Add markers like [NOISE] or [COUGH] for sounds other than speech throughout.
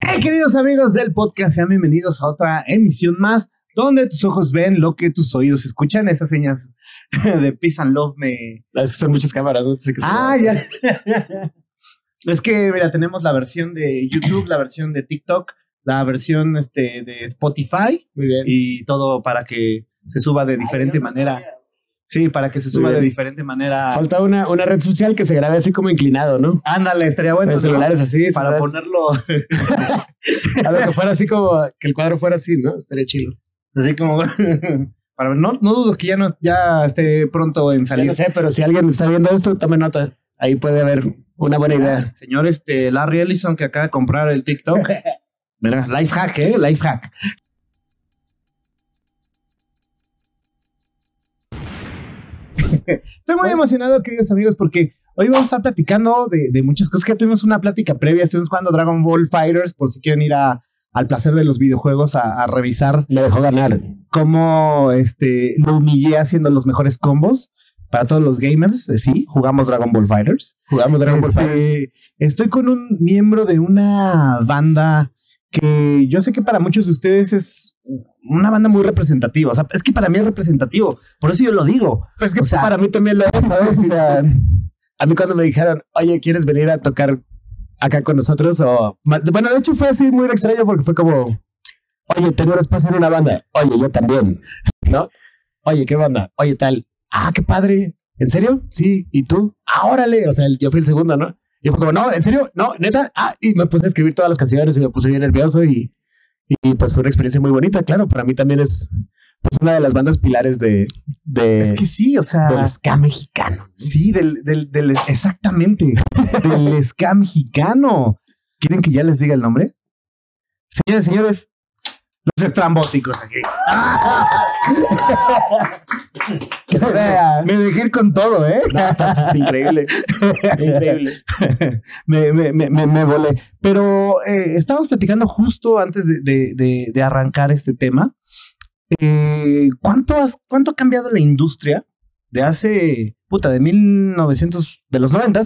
Hey, queridos amigos del podcast, sean bienvenidos a otra emisión más donde tus ojos ven lo que tus oídos escuchan. Esas señas [LAUGHS] de Peace and Love me. Ah, Es que son muchas cámaras, no sé qué son. Ah, ya. [LAUGHS] es que, mira, tenemos la versión de YouTube, la versión de TikTok, la versión este, de Spotify Muy bien. y todo para que se suba de diferente manera. Sí, para que se suba Muy de bien. diferente manera. Ah. Falta una, una red social que se grabe así como inclinado, ¿no? Ándale, estaría bueno. Los ¿no? celulares así, Para celulares- ponerlo [LAUGHS] [LAUGHS] a lo que fuera así como que el cuadro fuera así, ¿no? Estaría chido. así como. [LAUGHS] para- no, no dudo que ya, no, ya esté pronto en Yo salir. no sé, pero si alguien está viendo esto, tome nota. Ahí puede haber una buena idea. Señor este Larry Ellison que acaba de comprar el TikTok. [LAUGHS] Mira, life hack, ¿eh? Life hack. [LAUGHS] Estoy muy emocionado, queridos amigos, porque hoy vamos a estar platicando de, de muchas cosas que tuvimos una plática previa. Estuvimos jugando Dragon Ball Fighters, por si quieren ir a- al placer de los videojuegos a, a revisar [LAUGHS] Me dejó ganar. cómo este, lo humillé haciendo los mejores combos para todos los gamers. eh, Sí, jugamos Dragon Ball Fighters. Jugamos Dragon Ball Este, Fighters. Estoy con un miembro de una banda que yo sé que para muchos de ustedes es una banda muy representativa. O sea, es que para mí es representativo. Por eso yo lo digo. Pues que o sea- para mí también lo es, ¿sabes? O sea, a mí cuando me dijeron, oye, ¿quieres venir a tocar acá con nosotros? O, ma- bueno, de hecho fue así muy extraño porque fue como, oye, tengo un espacio en una banda. Oye, yo también, ¿no? Oye, ¿qué banda? Oye, tal. Ah, qué padre. ¿En serio? Sí. ¿Y tú? Ah, órale. O sea, el- yo fui el segundo, ¿no? Y fue como, no, ¿en serio? No, neta. Ah, y me puse a escribir todas las canciones y me puse bien nervioso y, y pues fue una experiencia muy bonita, claro. Para mí también es pues, una de las bandas pilares de... de es que sí, o sea. del ska mexicano. Sí, del, del, del- exactamente. [LAUGHS] del ska mexicano. ¿Quieren que ya les diga el nombre? Señores, señores, los estrambóticos aquí. [LAUGHS] Que [LAUGHS] se vea. Me dejé ir con todo, ¿eh? [LAUGHS] es [LAUGHS] increíble. increíble. [LAUGHS] me, me, me, me, me volé. Pero eh, estábamos platicando justo antes de, de- de- de arrancar este tema. Eh, ¿cuánto, has, ¿Cuánto ha cambiado la industria de hace, puta, de 1900, de los 90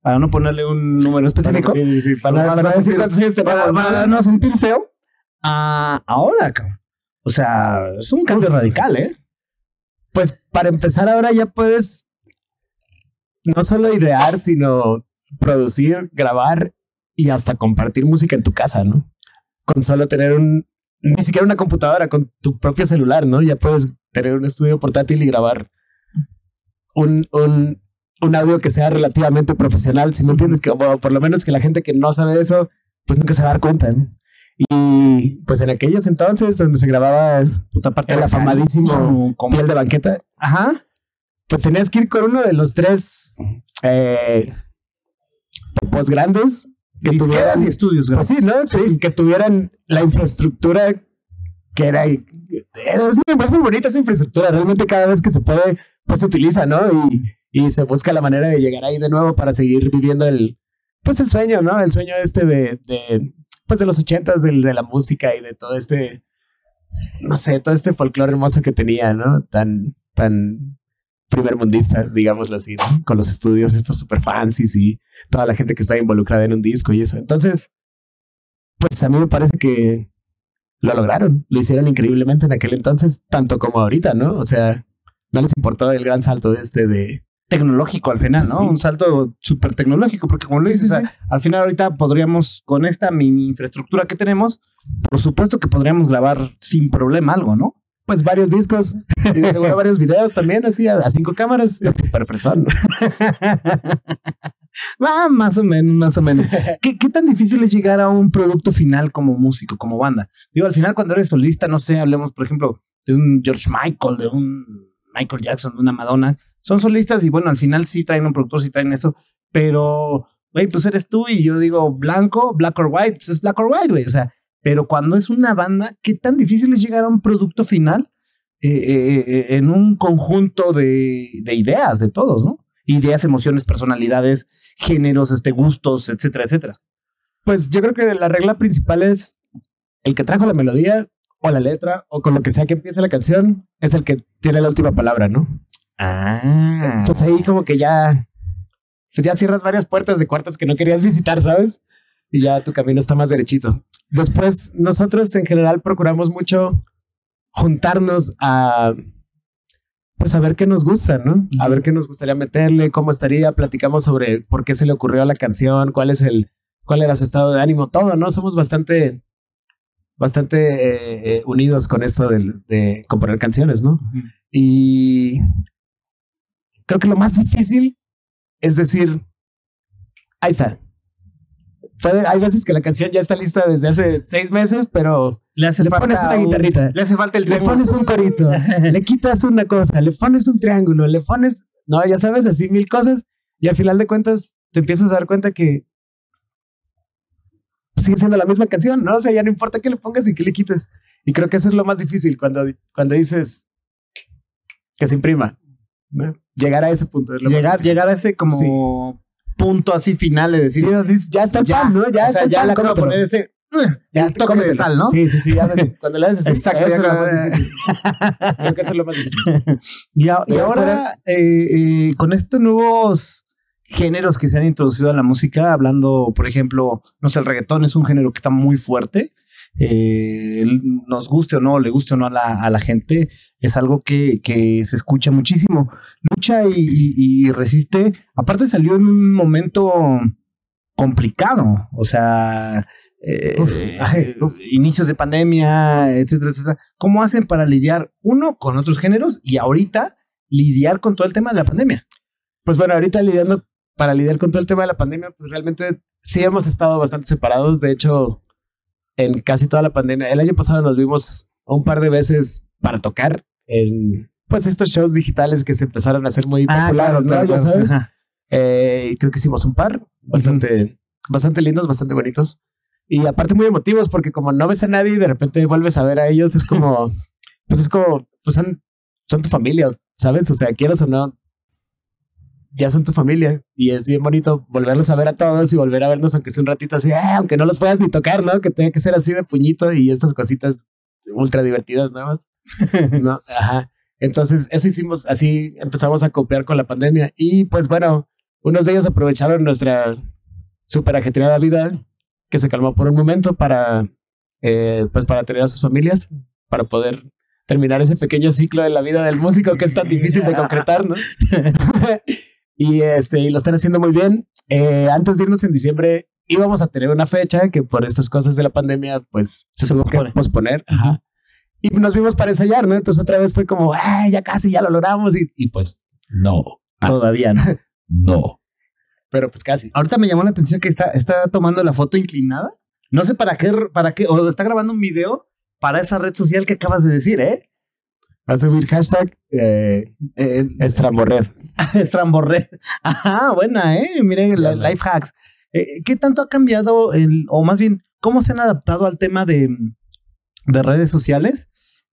para no ponerle un número específico, Sí, sí, para, para, para decir cuántos años te para, pagan. para no sentir feo, a ahora, cabrón? O sea, es un cambio radical, ¿eh? Pues para empezar ahora ya puedes no solo idear, sino producir, grabar y hasta compartir música en tu casa, ¿no? Con solo tener un, ni siquiera una computadora, con tu propio celular, ¿no? Ya puedes tener un estudio portátil y grabar un, un, un audio que sea relativamente profesional, si me entiendes, que o por lo menos que la gente que no sabe de eso, pues nunca se va a dar cuenta, ¿no? Y pues en aquellos entonces donde se grababa Puta parte El afamadísimo como- piel de banqueta, Ajá. pues tenías que ir con uno de los tres eh, pues grandes que Disqueras tuvieran, y estudios, pues gracias. sí, ¿no? Sí, que tuvieran la infraestructura que era, era- es, muy, es muy bonita esa infraestructura, realmente cada vez que se puede, pues se utiliza, ¿no? Y, y se busca la manera de llegar ahí de nuevo para seguir viviendo el, pues el sueño, ¿no? El sueño este de, de pues de los ochentas, del- de la música y de todo este, no sé, todo este folclore hermoso que tenía, ¿no? Tan, tan primermundista, digámoslo así, ¿no? Con los estudios estos super fancies y toda la gente que está involucrada en un disco y eso. Entonces, pues a mí me parece que lo lograron, lo hicieron increíblemente en aquel entonces, tanto como ahorita, ¿no? O sea, no les importó el gran salto este de... tecnológico al final, ¿no? Sí. Un salto súper tecnológico, porque como lo Sí, dices, sí, o sea, al final ahorita podríamos, con esta mini infraestructura que tenemos, por supuesto que podríamos grabar sin problema algo, ¿no? Pues varios discos, y de [LAUGHS] seguro varios videos también, así a, a cinco cámaras, está súper fresón, ¿no? Ah, más o menos, más o menos. ¿Qué, qué tan difícil es llegar a un producto final como músico, como banda? Digo, al final cuando eres solista, no sé, hablemos, por ejemplo, de un George Michael, de un Michael Jackson, de una Madonna. Son solistas y bueno, al final sí traen un productor, sí traen eso, pero, güey, pues eres tú y yo digo blanco, black or white, pues es black or white, güey. O sea, pero cuando es una banda, ¿qué tan difícil es llegar a un producto final eh, eh, eh, en un conjunto de, de ideas de todos, ¿no? Ideas, emociones, personalidades, géneros, este, gustos, etcétera, etcétera. Pues yo creo que la regla principal es el que trajo la melodía o la letra o con lo que sea que empiece la canción es el que tiene la última palabra, ¿no? Ah. Entonces ahí como que ya, pues ya cierras varias puertas de cuartos que no querías visitar, ¿sabes? Y ya tu camino está más derechito. Después, nosotros en general procuramos mucho juntarnos a, pues a ver qué nos gusta, ¿no? A ver qué nos gustaría meterle, cómo estaría, platicamos sobre por qué se le ocurrió la canción, cuál es el, cuál era su estado de ánimo, todo, ¿no? Somos bastante, bastante eh, eh, unidos con esto del- de, componer canciones, ¿no? Y creo que lo más difícil es decir, ahí está. Puede- hay veces que la canción ya está lista desde hace seis meses, pero Le hace le falta pones una un- guitarrita. Le hace falta el Le demo. pones un corito, [LAUGHS] le quitas una cosa, le pones un triángulo, le pones, no, ya sabes, así mil cosas. Y al final de cuentas te empiezas a dar cuenta que sigue siendo la misma canción, ¿no? O sea, ya no importa qué le pongas y qué le quites. Y creo que eso es lo más difícil cuando, cuando dices que se imprima. ¿no? Llegar a ese punto. Es lo más Llegar, difícil. llegar a ese como punto así final de decir. Sí, donde dices, ya está el Ya, pan, ¿no? Ya o está sea, el ya pan, le acabo de cómetelo. poner este. Ya el toque está, de cómetelo. sal, ¿no? Sí, sí, sí. ya ves, cuando le haces [LAUGHS] así, Exacto, eso ya es lo acabo más de- [LAUGHS] difícil. Creo que eso es lo más difícil. Y, a- y Pero ahora, eh, eh, con estos nuevos géneros que se han introducido a la música, hablando, por ejemplo, no sé, el reggaetón es un género que está muy fuerte. eh, el- nos guste o no, le guste o no a la, a la gente, es algo que, que se escucha muchísimo. Lucha y, y- y resiste. Aparte, salió en un momento complicado. O sea, eh, [LAUGHS] Uf, ay, uf. inicios de pandemia, etcétera, etcétera. ¿Cómo hacen para lidiar uno con otros géneros y ahorita lidiar con todo el tema de la pandemia? pues bueno, ahorita lidiando para lidiar con todo el tema de la pandemia, pues realmente sí hemos estado bastante separados. De hecho, en casi toda la pandemia, el año pasado nos vimos un par de veces para tocar en pues estos shows digitales que se empezaron a hacer muy Ah, populares, ¿no? Ah, Ya sabes. Ajá. Eh, y creo que hicimos un par bastante, bastante lindos, bastante bonitos. Y aparte muy emotivos, porque como no ves a nadie y de repente vuelves a ver a ellos, es como, pues es como, pues son, son tu familia, ¿sabes? O sea, quieras o no, ya son tu familia. Y es bien bonito volverlos a ver a todos y volver a vernos, aunque sea un ratito así, "Ah", aunque no los puedas ni tocar, ¿no? Que tenga que ser así de puñito y estas cositas ultra divertidas nuevas. ¿No? Ajá. Entonces, eso hicimos, así empezamos a copiar con la pandemia. Y pues bueno, unos de ellos aprovecharon nuestra súper ajetreada vida, que se calmó por un momento para, eh, pues para tener a sus familias, para poder terminar ese pequeño ciclo de la vida del músico que es tan difícil de concretar, [LAUGHS] ¿no? y, este, y lo están haciendo muy bien. Eh, antes de irnos en diciembre íbamos a tener una fecha que por estas cosas de la pandemia, pues se, Se tuvo pospone. que posponer. Ajá. Y nos vimos para ensayar, ¿no? Entonces otra vez fue como, "Ah, ya casi, ya lo logramos. Y, y pues, no, Todavía no. no. Pero pues casi. Ahorita me llamó la atención que está, está tomando la foto inclinada. No sé para qué, para qué, o está grabando un video para esa red social que acabas de decir, ¿eh? Va a subir hashtag eh, eh estramborred. [LAUGHS] Estramborred. Ajá, buena, ¿eh? Miren, la- Buena. life hacks. Eh, ¿Qué tanto ha cambiado, el, o más bien, cómo se han adaptado al tema de, de redes sociales?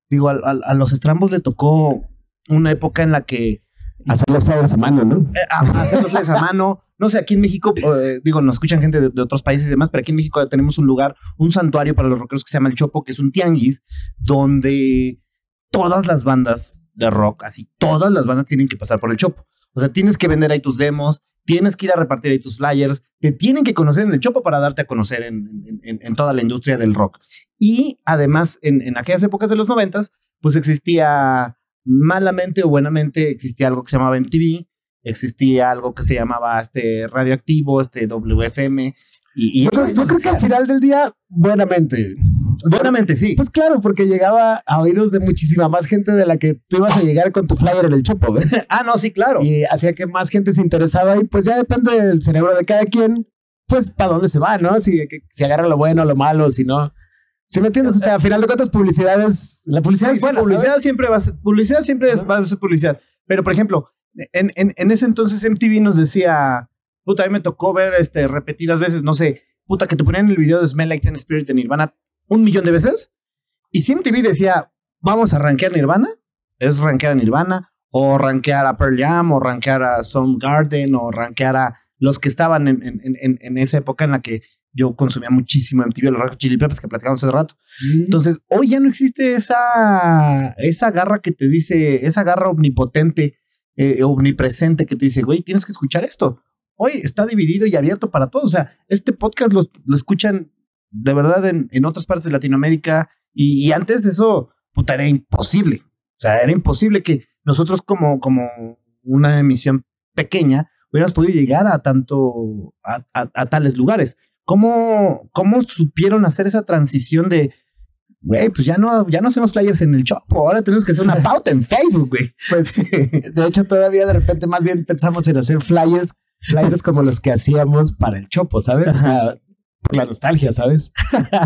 Digo, al- al- a los estrambos le tocó una época en la que Hacer los favores a mano, ¿no? eh, a- a hacerlos a mano. No sé, aquí en México, eh, digo, nos escuchan gente de, de otros países y demás, pero aquí en México tenemos un lugar, un santuario para los rockeros que se llama El Chopo, que es un tianguis, donde todas las bandas de rock, así, todas las bandas tienen que pasar por El Chopo. O sea, tienes que vender ahí tus demos, tienes que ir a repartir ahí tus flyers, te tienen que conocer en El Chopo para darte a conocer en, en- en- en toda la industria del rock. Y además, en, en aquellas épocas de los noventas, pues existía malamente o buenamente, existía algo que se llamaba MTV, existía algo que se llamaba este radioactivo, este WFM. Y, y Yo creo, yo creo que al final del día, buenamente. Buenamente, sí. Pues claro, porque llegaba a oídos de muchísima más gente de la que tú ibas a llegar con tu flyer en el chopo, ¿ves? ah, no, sí, claro. Y hacía que más gente se interesaba y pues ya depende del cerebro de cada quien, pues para dónde se va, ¿no? Si, que- si agarra lo bueno, lo malo, si no. Si me entiendes? O sea, al final de cuentas, publicidades, la publicidad Sí, es buena. sí, ¿sabes? publicidad siempre va a ser, publicidad siempre es- Ajá. va a ser publicidad. Pero, por ejemplo, en, en- en ese entonces MTV nos decía, puta, a mí me tocó ver este, repetidas veces, no sé, puta, que te ponían el video de Smell Like Teen Spirit de Nirvana un millón de veces. Y si MTV decía, vamos a rankear Nirvana, es rankear a Nirvana, o rankear a Pearl Jam, o rankear a Soundgarden, o rankear a los que estaban en, en- en- en- en esa época en la que yo consumía muchísimo MTV, los Red Hot Chili Peppers que platicamos hace rato. Entonces, Entonces, hoy ya no existe esa, esa garra que te dice, esa garra omnipotente, eh, omnipresente que te dice, güey, tienes que escuchar esto. Hoy está dividido y abierto para todos. O sea, este podcast lo, lo escuchan de verdad, en, en otras partes de Latinoamérica. Y, y antes eso, puta, era imposible. O sea, era imposible que nosotros como, como una emisión pequeña hubiéramos podido llegar a tanto, a, a- a tales lugares. ¿Cómo, ¿Cómo supieron hacer esa transición de, güey, pues ya no, ya no hacemos flyers en el shop, ahora tenemos que hacer una pauta en Facebook, güey? Pues, de hecho, todavía de repente más bien pensamos en hacer flyers, flyers como los que hacíamos para el Chopo, ¿sabes? O sea, por la nostalgia, ¿sabes?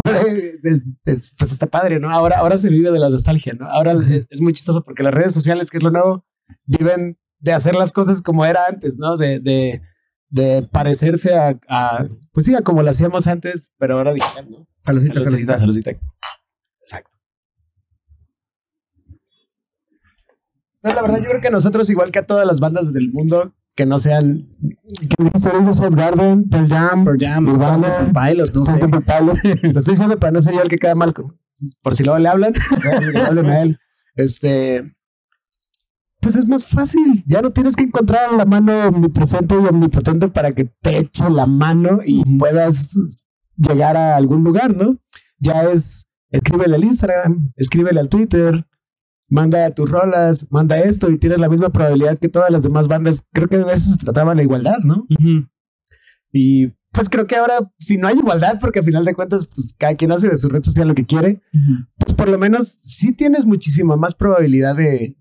Ahora, eh, es- es- pues está padre, ¿no? Ahora, ahora se vive de la nostalgia, ¿no? Ahora es, es muy chistoso porque las redes sociales, que es lo nuevo, viven de hacer las cosas como era antes, ¿no? De, de, de parecerse a, a- pues sí, a como lo hacíamos antes, pero ahora digital, ¿no? Saludcita, saludcita, Saludcita, saludcita. Exacto. No, la verdad, yo creo que nosotros, igual que a todas las bandas del mundo, que no sean. Que no sean de Soundgarden, Pearl Jam, Pearl Jam, Nirvana, Pilots, no sé. Stone Temple Pilots. [LAUGHS] Lo estoy diciendo para no ser yo el que queda mal. con- Por si luego le [LAUGHS] hablan, no, le hablen a él. Este. Pues es más fácil. Ya no tienes que encontrar a la mano omnipresente y omnipotente para que te eche la mano y Ujú. puedas llegar a algún lugar, ¿no? Ya es. Escríbele al Instagram, escríbele al Twitter, manda tus rolas, manda esto y tienes la misma probabilidad que todas las demás bandas. Creo que de eso se trataba la igualdad, ¿no? Ujú. Y pues creo que ahora, si no hay igualdad, porque al final de cuentas, pues cada quien hace de su red social lo que quiere, pues por lo menos sí tienes muchísima más probabilidad de,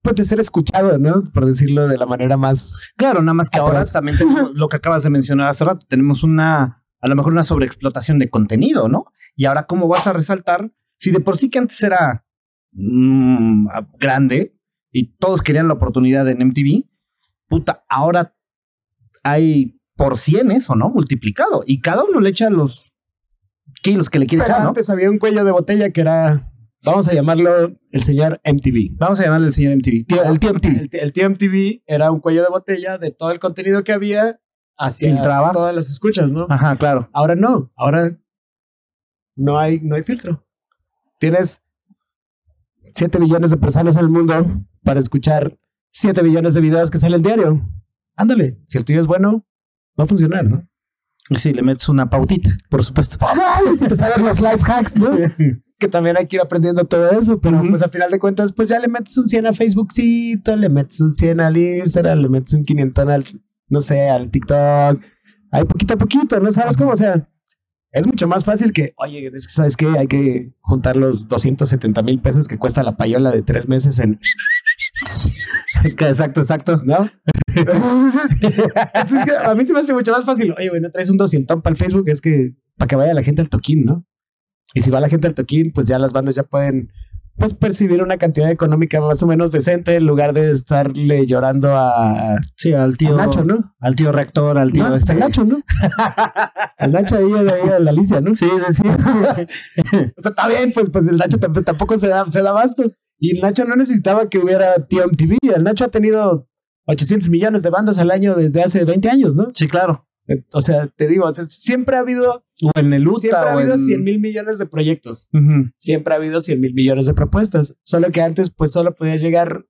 pues de ser escuchado, ¿no? Por decirlo de la manera más... Claro, nada más que ahora Atrás. también tenemos lo que acabas de mencionar hace rato, tenemos una, a lo mejor una sobreexplotación de contenido, ¿no? Y ahora, ¿cómo vas a resaltar? Si de por sí que antes era mm, a- grande y todos querían la oportunidad en MTV, puta, ahora hay por cien eso, ¿no? Multiplicado. Y cada uno le echa los kilos que le quiere Pero echar, ¿no? antes había un cuello de botella que era, vamos a llamarlo el señor MTV. Vamos a llamarle el señor MTV. Tío, el tío MTV. El, el tío MTV era un cuello de botella de todo el contenido que había hacia Filtraba. todas las escuchas, ¿no? Ajá, claro. Ahora no, ahora no hay, no hay filtro. Tienes 7 millones de personas en el mundo para escuchar 7 millones de videos que salen diario. Ándale, si el tuyo es bueno, va a funcionar, ¿no? Y sí, le metes una pautita, por supuesto. Vale, si te sabes los life hacks, ¿no? [LAUGHS] que también hay que ir aprendiendo todo eso, pero Ujú. pues a final de cuentas, pues ya le metes un 100 a Facebookcito, le metes un 100 al Instagram, le metes un 500 al, no sé, al TikTok. Ahí poquito a poquito, ¿no? ¿Sabes cómo? O sea, es mucho más fácil que, oye, es que ¿sabes qué? Hay que juntar los 270 mil pesos que cuesta la payola de tres meses en... [LAUGHS] Exacto, exacto. ¿No? [LAUGHS] Así que a mí se me hace mucho más fácil. Oye, bueno, traes un 200 para el Facebook, es que para que vaya la gente al toquín, ¿no? Y si va la gente al toquín, pues ya las bandas ya pueden pues percibir una cantidad económica más o menos decente en lugar de estarle llorando a, a Sí, al tío. Nacho, ¿no? Al tío rector, al tío No, este. a [LAUGHS] Nacho, ¿no? El Nacho ahí, ahí a la Alicia, ¿no? Sí, sí, sí. [LAUGHS] O sea, está bien, pues, pues el Nacho tamp- tampoco se da, se da abasto. Y el Nacho no necesitaba que hubiera Tío MTV. El Nacho ha tenido 800 millones de bandas al año desde hace 20 años, ¿no? Sí, claro. Eh, O sea, te digo, o sea, siempre ha habido, O en el Uta, siempre ha o habido en- 100 mil millones de proyectos. Ujú. Siempre ha habido 100 mil millones de propuestas. Solo que antes, pues solo podías llegar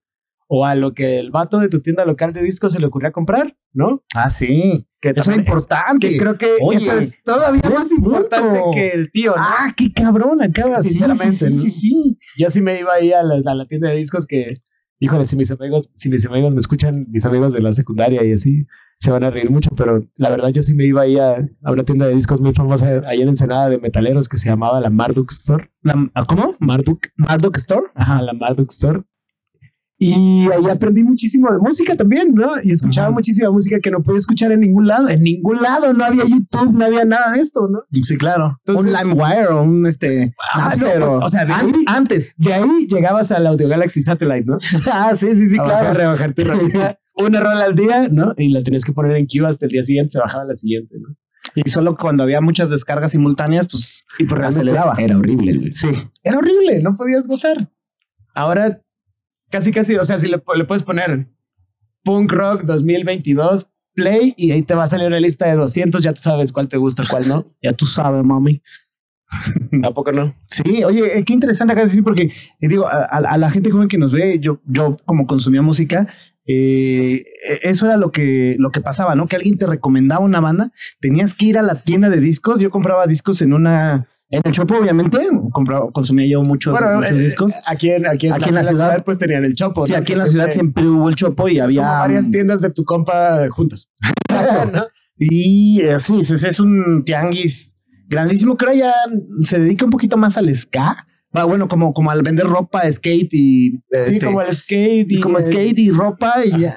o a lo que el vato de tu tienda local de discos se le ocurría comprar, ¿no? Ah, sí. Que Eso es también- importante. que creo que Oye, eso es todavía más importante punto. que el tío, ¿no? Ah, qué cabrón acaba. Sí, Sinceramente, sí, sí, ¿no? sí, sí. Yo sí me iba ahí a la, a la tienda de discos que, híjole, si mis amigos, si mis amigos me escuchan, mis amigos de la secundaria y así, se van a reír mucho, pero la verdad yo sí me iba ahí a, a una tienda de discos muy famosa allá en Ensenada de metaleros que se llamaba la Marduk Store. La- ah, ¿Cómo? Marduk. Marduk Store. Ajá, la Marduk Store. Y ahí aprendí muchísimo de música también, ¿no? Y escuchaba Ajá. muchísima música que no podía escuchar en ningún lado. En ningún lado, no había YouTube, no había nada de esto, ¿no? Sí, claro. Entonces- un LimeWire o un este. Ah, Napster, no, o- o sea, de- an- antes. De ahí llegabas al Audio Galaxy Satellite, ¿no? [LAUGHS] ah, sí, sí, sí, A claro. bajar, rebajar [LAUGHS] tu rolita. Una rola al día, ¿no? Y la tenías que poner en queue hasta el día siguiente, se bajaba la siguiente, ¿no? Y solo cuando había muchas descargas simultáneas, pues Y por realmente Era horrible, güey. sí. Era horrible, no podías gozar. Ahora, casi, casi, o sea, si le, le puedes poner Punk Rock 2022 Play [LAUGHS] y ahí te va a salir una lista de 200, ya tú sabes cuál te gusta, cuál no. Ya tú sabes, mami. ¿A poco no? Sí, oye, eh, qué interesante acá decir, porque eh, digo, a, a- a la gente joven que nos ve, yo, yo como consumía música, eh, e- eso era lo que, lo que pasaba, ¿no? Que alguien te recomendaba una banda, tenías que ir a la tienda de discos. Yo compraba discos en una, en el Chopo, obviamente, compraba, consumía yo muchos, muchos eh, discos. aquí en, aquí en, Aquí en la ciudad, pues tenían el chopo. Sí, ¿no? aquí Que en la ciudad siempre hubo el Chopo y es había como varias mm, tiendas de tu compa juntas. [LAUGHS] ¿no? Y eh, sí, es, es un tianguis grandísimo que ahora ya se dedica un poquito más al ska. Va, bueno, como, como al vender ropa, skate y. Sí, este, como el skate. y Y como el- skate y ropa y ya.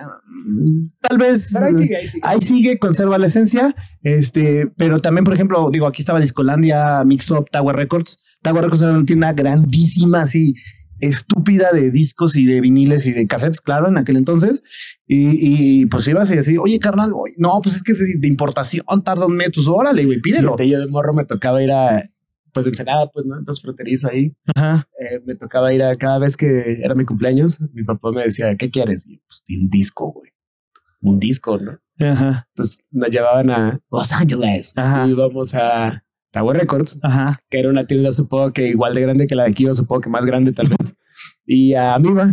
mm, Tal vez. Pero ahí sigue, ahí sigue. Ahí sigue, conserva la esencia. Este, pero también, por ejemplo, digo, aquí estaba Discolandia, Mix Up, Tower Records. Tower Records era una tienda grandísima, así estúpida de discos y de viniles y de cassettes, claro, en aquel entonces. Y, y, pues ibas y decir, oye, carnal, oye, no, pues es que es de importación, tarda un mes, pues órale, güey, pídelo. Fíjate, yo de morro me tocaba ir a, pues de Ensenada, pues, ¿no? Entonces fronterizo ahí. Ajá. Eh, me tocaba ir a, cada vez que era mi cumpleaños, mi papá me decía, ¿qué quieres? Y yo, pues un disco, güey. Un disco, ¿no? Ajá. Entonces nos llevaban a Los Ángeles. Ajá. Y íbamos a Tower Records, Ajá. que era una tienda, supongo que igual de grande que la de Kiva, supongo que más grande tal vez. Y a Amiba.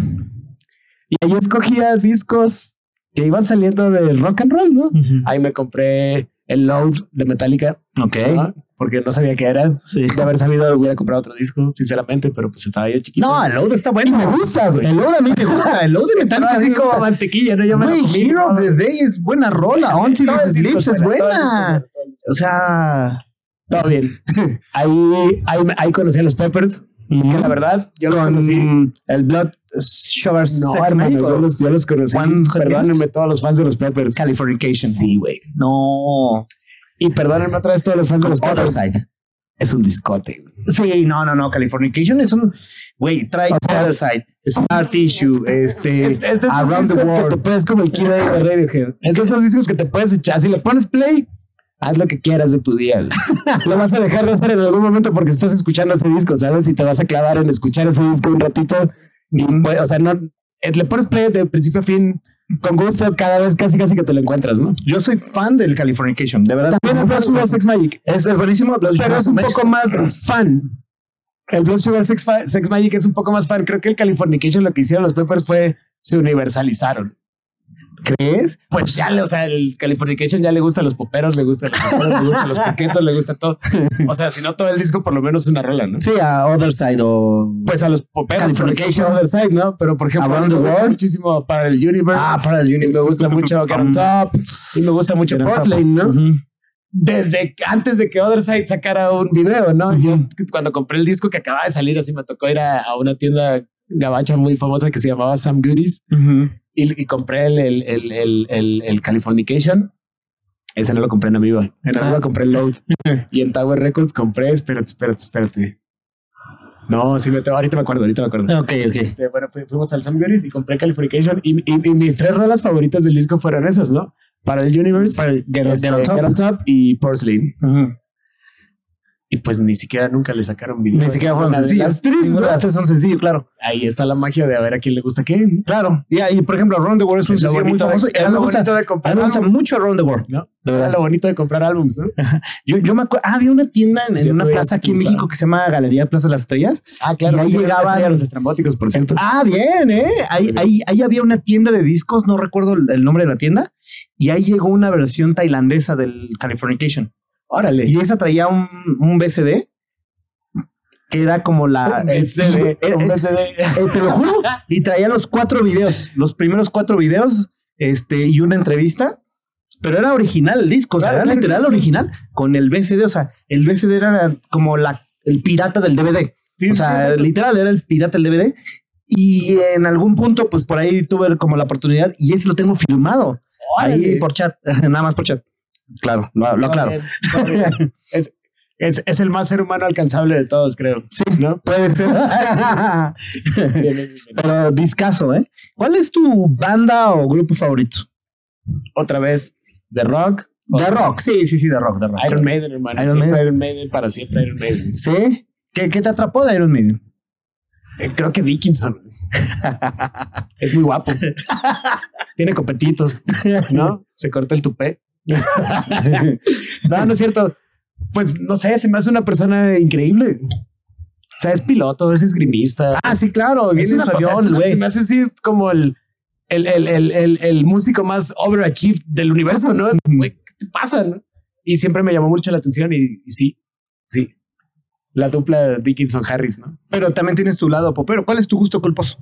Y ahí escogía discos que iban saliendo de rock and roll, ¿no? Ahí me compré el Load de Metallica, Ok. ¿no? porque no sabía qué era. Sí. De haber sabido, hubiera comprado otro disco, sinceramente, pero pues estaba yo chiquito. No, el load está bueno. me gusta, güey. El load a mí me gusta. [LAUGHS] El load de Estaba Metallica a mí así me [LAUGHS] como gusta. mantequilla, ¿no? Yo me lo Güey, comí, Hero of todo. the Day es buena rola. Until Todo It el disco Sleeps es todo el disco buena. todo el disco. O sea, Todo bien. [LAUGHS] Ahí, ahí, ahí conocí a los Peppers, que la verdad, yo los con conocí. el Blood Sugar No, Sex hermano, Magic yo o los, yo los conocí. One Hot Perdónenme todos los fans de los Peppers. Californication. Sí, güey. No. Y perdónenme otra vez todos los fans de los Other Peppers. Side. Es un discote. Sí, no, no, no. Californication es un. Güey, trae O sea, Other Side. Scar Tissue. Este. Es, es de esos Around the discos World. que te puedes como el Kid Adi de Radiohead. Es de esos discos que te puedes echar. Si le pones play, haz lo que quieras de tu [LAUGHS] día. güey. lo vas a dejar de hacer en algún momento porque estás escuchando ese disco, ¿sabes? Y te vas a clavar en escuchar ese disco un ratito. Y, Mm. pues, o sea, no, eh, le pones play de principio a fin con gusto cada vez casi casi que te lo encuentras, ¿no? Yo soy fan del Californication, de verdad. También el Blood Sugar Sex Magic. Es es buenísimo. Blood Pero Sugar es un Sex poco más fan. El Blood Sugar Sex, Fa- Sex Magic es un poco más fan. Creo que el Californication lo que hicieron los Peppers fue se universalizaron. ¿Crees? Pues ya, le- o sea, el Californication ya le gusta a los poperos, le gusta a los poperos, le gusta a los piquetos, le gusta todo. O sea, si no todo el disco, por lo menos una rola, ¿no? Sí, a Other Side o. Pues a los poperos. Californication. por ejemplo, Other Side, ¿no? Pero por ejemplo, Around the me gusta World. muchísimo para el Universe. Ah, para el y Unit. me gusta mucho Get on Top. Y me gusta mucho Get on Top. Portland, ¿no? Ujú. Desde que- antes de que Other Side sacara un video, ¿no? Yo [LAUGHS] cuando compré el disco que acababa de salir, así me tocó ir a, a una tienda gabacha muy famosa que se llamaba Sam Goodies. Ujú. y, y compré el, el, el, el, el, el Californication. Ese no lo compré en Amigo. En Amigo Ah. compré [LAUGHS] el Load. y en Tower Records compré. Espérate, espérate, espérate. No, sí me tengo. Ahorita me acuerdo, ahorita me acuerdo. Ah, Ok, ok. Este, bueno, fui- fuimos al Sam Goodies y compré Californication. Y, y, y mis tres rolas favoritas del disco fueron esas, ¿no? Para el Universe, Para el Get on- este, Get on Top. Get on Top y Porcelain. Ujú. Y pues ni siquiera nunca le sacaron video. Ni siquiera fueron Ninguna de sencillos. las tres, Ninguna ¿no? de las tres son sencillos, claro. Ahí está la magia de a ver a quién le gusta qué. ¿no? Claro. Y, ahí, por ejemplo, Around the World es un Es lo sencillo muy bonito de- famoso. y a es mí me lo gusta, bonito de a comprar. mí me gusta álbumes, mucho Around the World. ¿no? De Era verdad. lo bonito de comprar álbums, ¿no? Yo, yo me acuerdo, ah, había una tienda en, en Sí, una tuve plaza aquí en artista. México que se llama Galería Plaza de las Estrellas. Ah, claro, Y ahí sí, estrella llegaban de los estrambóticos, por cierto. Ah, bien, ¿eh? Ahí, bien. ahí, ahí había una tienda de discos, no recuerdo el, el nombre de la tienda, y ahí llegó una versión tailandesa del Californication. Órale. Y esa traía un, un BCD que era como la. Un el- [LAUGHS] BCD, el- un el- BCD. Eh, te lo juro. Y traía los cuatro videos, los primeros cuatro videos, este, y una entrevista. Pero era original el disco, o sea, Claro, era claro, literal claro. original con el BCD. O sea, el BCD era como la, el pirata del DVD. [LAUGHS] Sí, o sí, sea, sí, sí. literal era el pirata del DVD. Y en algún punto, pues por ahí tuve como la oportunidad y ese lo tengo filmado. Ahí Órale. por chat, [LAUGHS] nada más por chat. Claro, lo, lo aclaro. Está bien, [LAUGHS] está bien. Es, es, es el más ser humano alcanzable de todos, creo. Sí. ¿No? Puede ser. [LAUGHS] Bien, bien, bien, bien. Pero discaso, ¿eh? ¿Cuál es tu banda o grupo favorito? Otra vez, The Rock. De rock, sí, sí, sí, de rock, de rock. Iron Maiden, hermano. Iron Siempre Iron Maiden. Maiden. para siempre Iron Maiden. ¿Sí? ¿Qué, qué te atrapó de Iron [LAUGHS] Maiden? Eh, creo que Dickinson. es muy guapo. Tiene copetito, ¿no? Se corta el tupé. no, no es cierto. pues no sé, se me hace una persona increíble. O sea, es piloto, es esgrimista. Ah, sí, claro. es Viene en una su cosa, avión, se me- güey. Se me hace así como el, el, el, el, el, el músico más overachieved del universo, ¿no? Es, Ujú. Güey, ¿qué te pasa? no? Y siempre me llamó mucho la atención y, y sí, sí. La dupla Dickinson-Harris, ¿no? Pero también tienes tu lado popero. ¿Cuál es tu gusto culposo?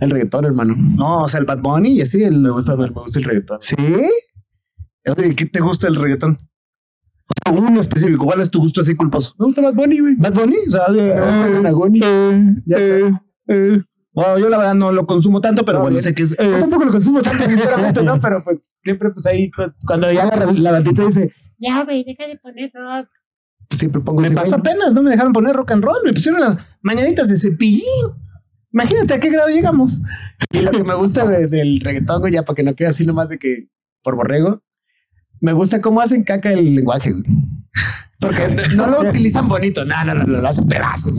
El reggaetón, hermano. No, o sea, el Bad Bunny y así. El... Me gusta, me gusta el reggaetón. ¿Sí? Oye, ¿Qué te gusta el reggaetón? O sea, uno específico. ¿Cuál es tu gusto así culposo? Me gusta Bad Bunny, güey. Ah. ¿Bad Bunny? O sea, Me gusta eh, Bad Bunny. Ya está. bueno, yo la verdad no lo consumo tanto, pero No, bueno, bien. Eh, sé que es... Yo tampoco lo [LAUGHS] consumo tanto, sinceramente, ¿no? Pero pues siempre, pues ahí, pues, cuando ya la, la bandita dice, Ya, güey, deja de poner rock. pues, siempre pongo Me ese pasó güey. apenas, no me dejaron poner rock and roll. Me pusieron las mañanitas de cepillín. Imagínate a qué grado [LAUGHS] llegamos. Y lo que me gusta de- del reggaetón, güey, ya para que no quede así nomás de que por borrego, me gusta cómo hacen caca el lenguaje, güey. Porque no no lo utilizan bonito, no, no, no, no, lo hacen pedazos.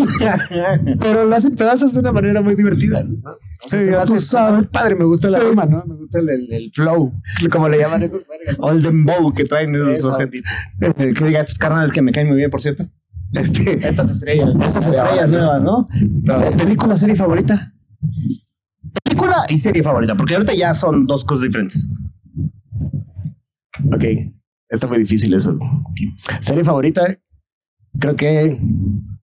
Pero lo hacen pedazos de una manera muy divertida. ¿no? Sí, O sea, se me ya hace- tú se me hace sabes. padre, me gusta la rima, ¿no? Me gusta el, el- el flow, como le llaman esos vergas. Olden Bow que traen esos Eso, objetos. [LAUGHS] que diga estos carnales que me caen muy bien, por cierto. Este, Estas estrellas. esas estrellas nuevas, ¿no? Eh, ¿Película, serie favorita? Película y serie favorita, porque ahorita ya son dos cosas diferentes. Ok, está muy difícil eso. Serie favorita, creo que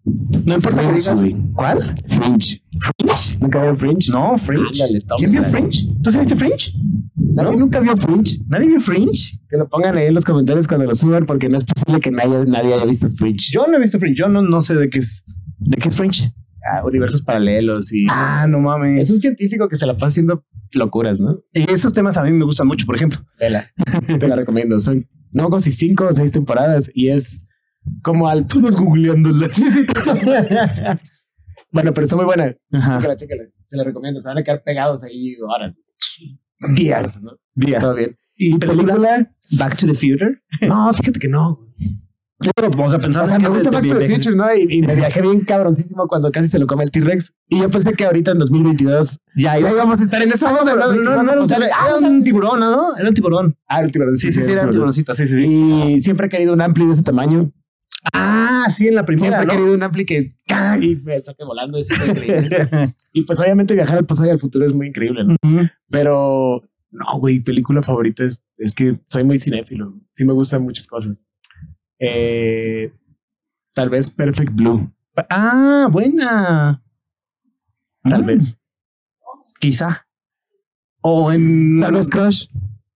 No importa que Fringe, digas. güey. ¿Cuál? Fringe. Fringe. ¿Nunca vieron Fringe? No, Fringe. Ándale, toma. ¿Quién vio Fringe? ¿Tú sí viste Fringe? Nadie ¿No? nunca vio Fringe. ¿Nadie vio Fringe? Que lo pongan ahí en los comentarios cuando lo suban, porque no es posible que nadie, nadie haya visto Fringe. Yo no he visto Fringe. Yo no, no sé de qué es. ¿De qué es Fringe? Ah, universos paralelos y. Ah, no mames. Es un científico que se la pasa haciendo locuras, ¿no? Y esos temas a mí me gustan mucho, por ejemplo. Vela. [LAUGHS] Te la recomiendo. Son no como si cinco o seis temporadas y es como al. Todos [LAUGHS] googleándolas. Bueno, pero está muy buena. Ajá. Chécala, chécala. Se la recomiendo. Se van a quedar pegados ahí horas. Días. ¿no? Días. Todo bien. ¿Y película? película? Back to the Future. No, fíjate que no. Pero, o sea, O pensaba sea, que me gusta Back to the Future, ¿no? Y, y me viajé bien cabroncísimo cuando casi se lo come el T-Rex. Y yo pensé que ahorita en 2022 Ya, ya ya. íbamos a estar en esa onda, No, ¿no? no, no, no, era un O sea, tiburón, ah, era un tiburón, ¿no? Era un tiburón. Ah, era un tiburón. Sí, sí, sí, era un tiburoncito. Sí, sí, sí. Y siempre he querido un ampli de ese tamaño. Ah, sí, en la Siempre primera, he ¿no? querido un ampli que ¡ca! y me saque volando. Eso [LAUGHS] fue increíble. y pues obviamente viajar al pasado y al futuro es muy increíble, ¿no? Ujú. Pero no, güey, película favorita es, es que soy muy cinéfilo. Sí me gustan muchas cosas. Eh, tal vez Perfect Blue, [LAUGHS] Ah, buena. tal Mm, vez. Quizá. O en. Tal vez Crush.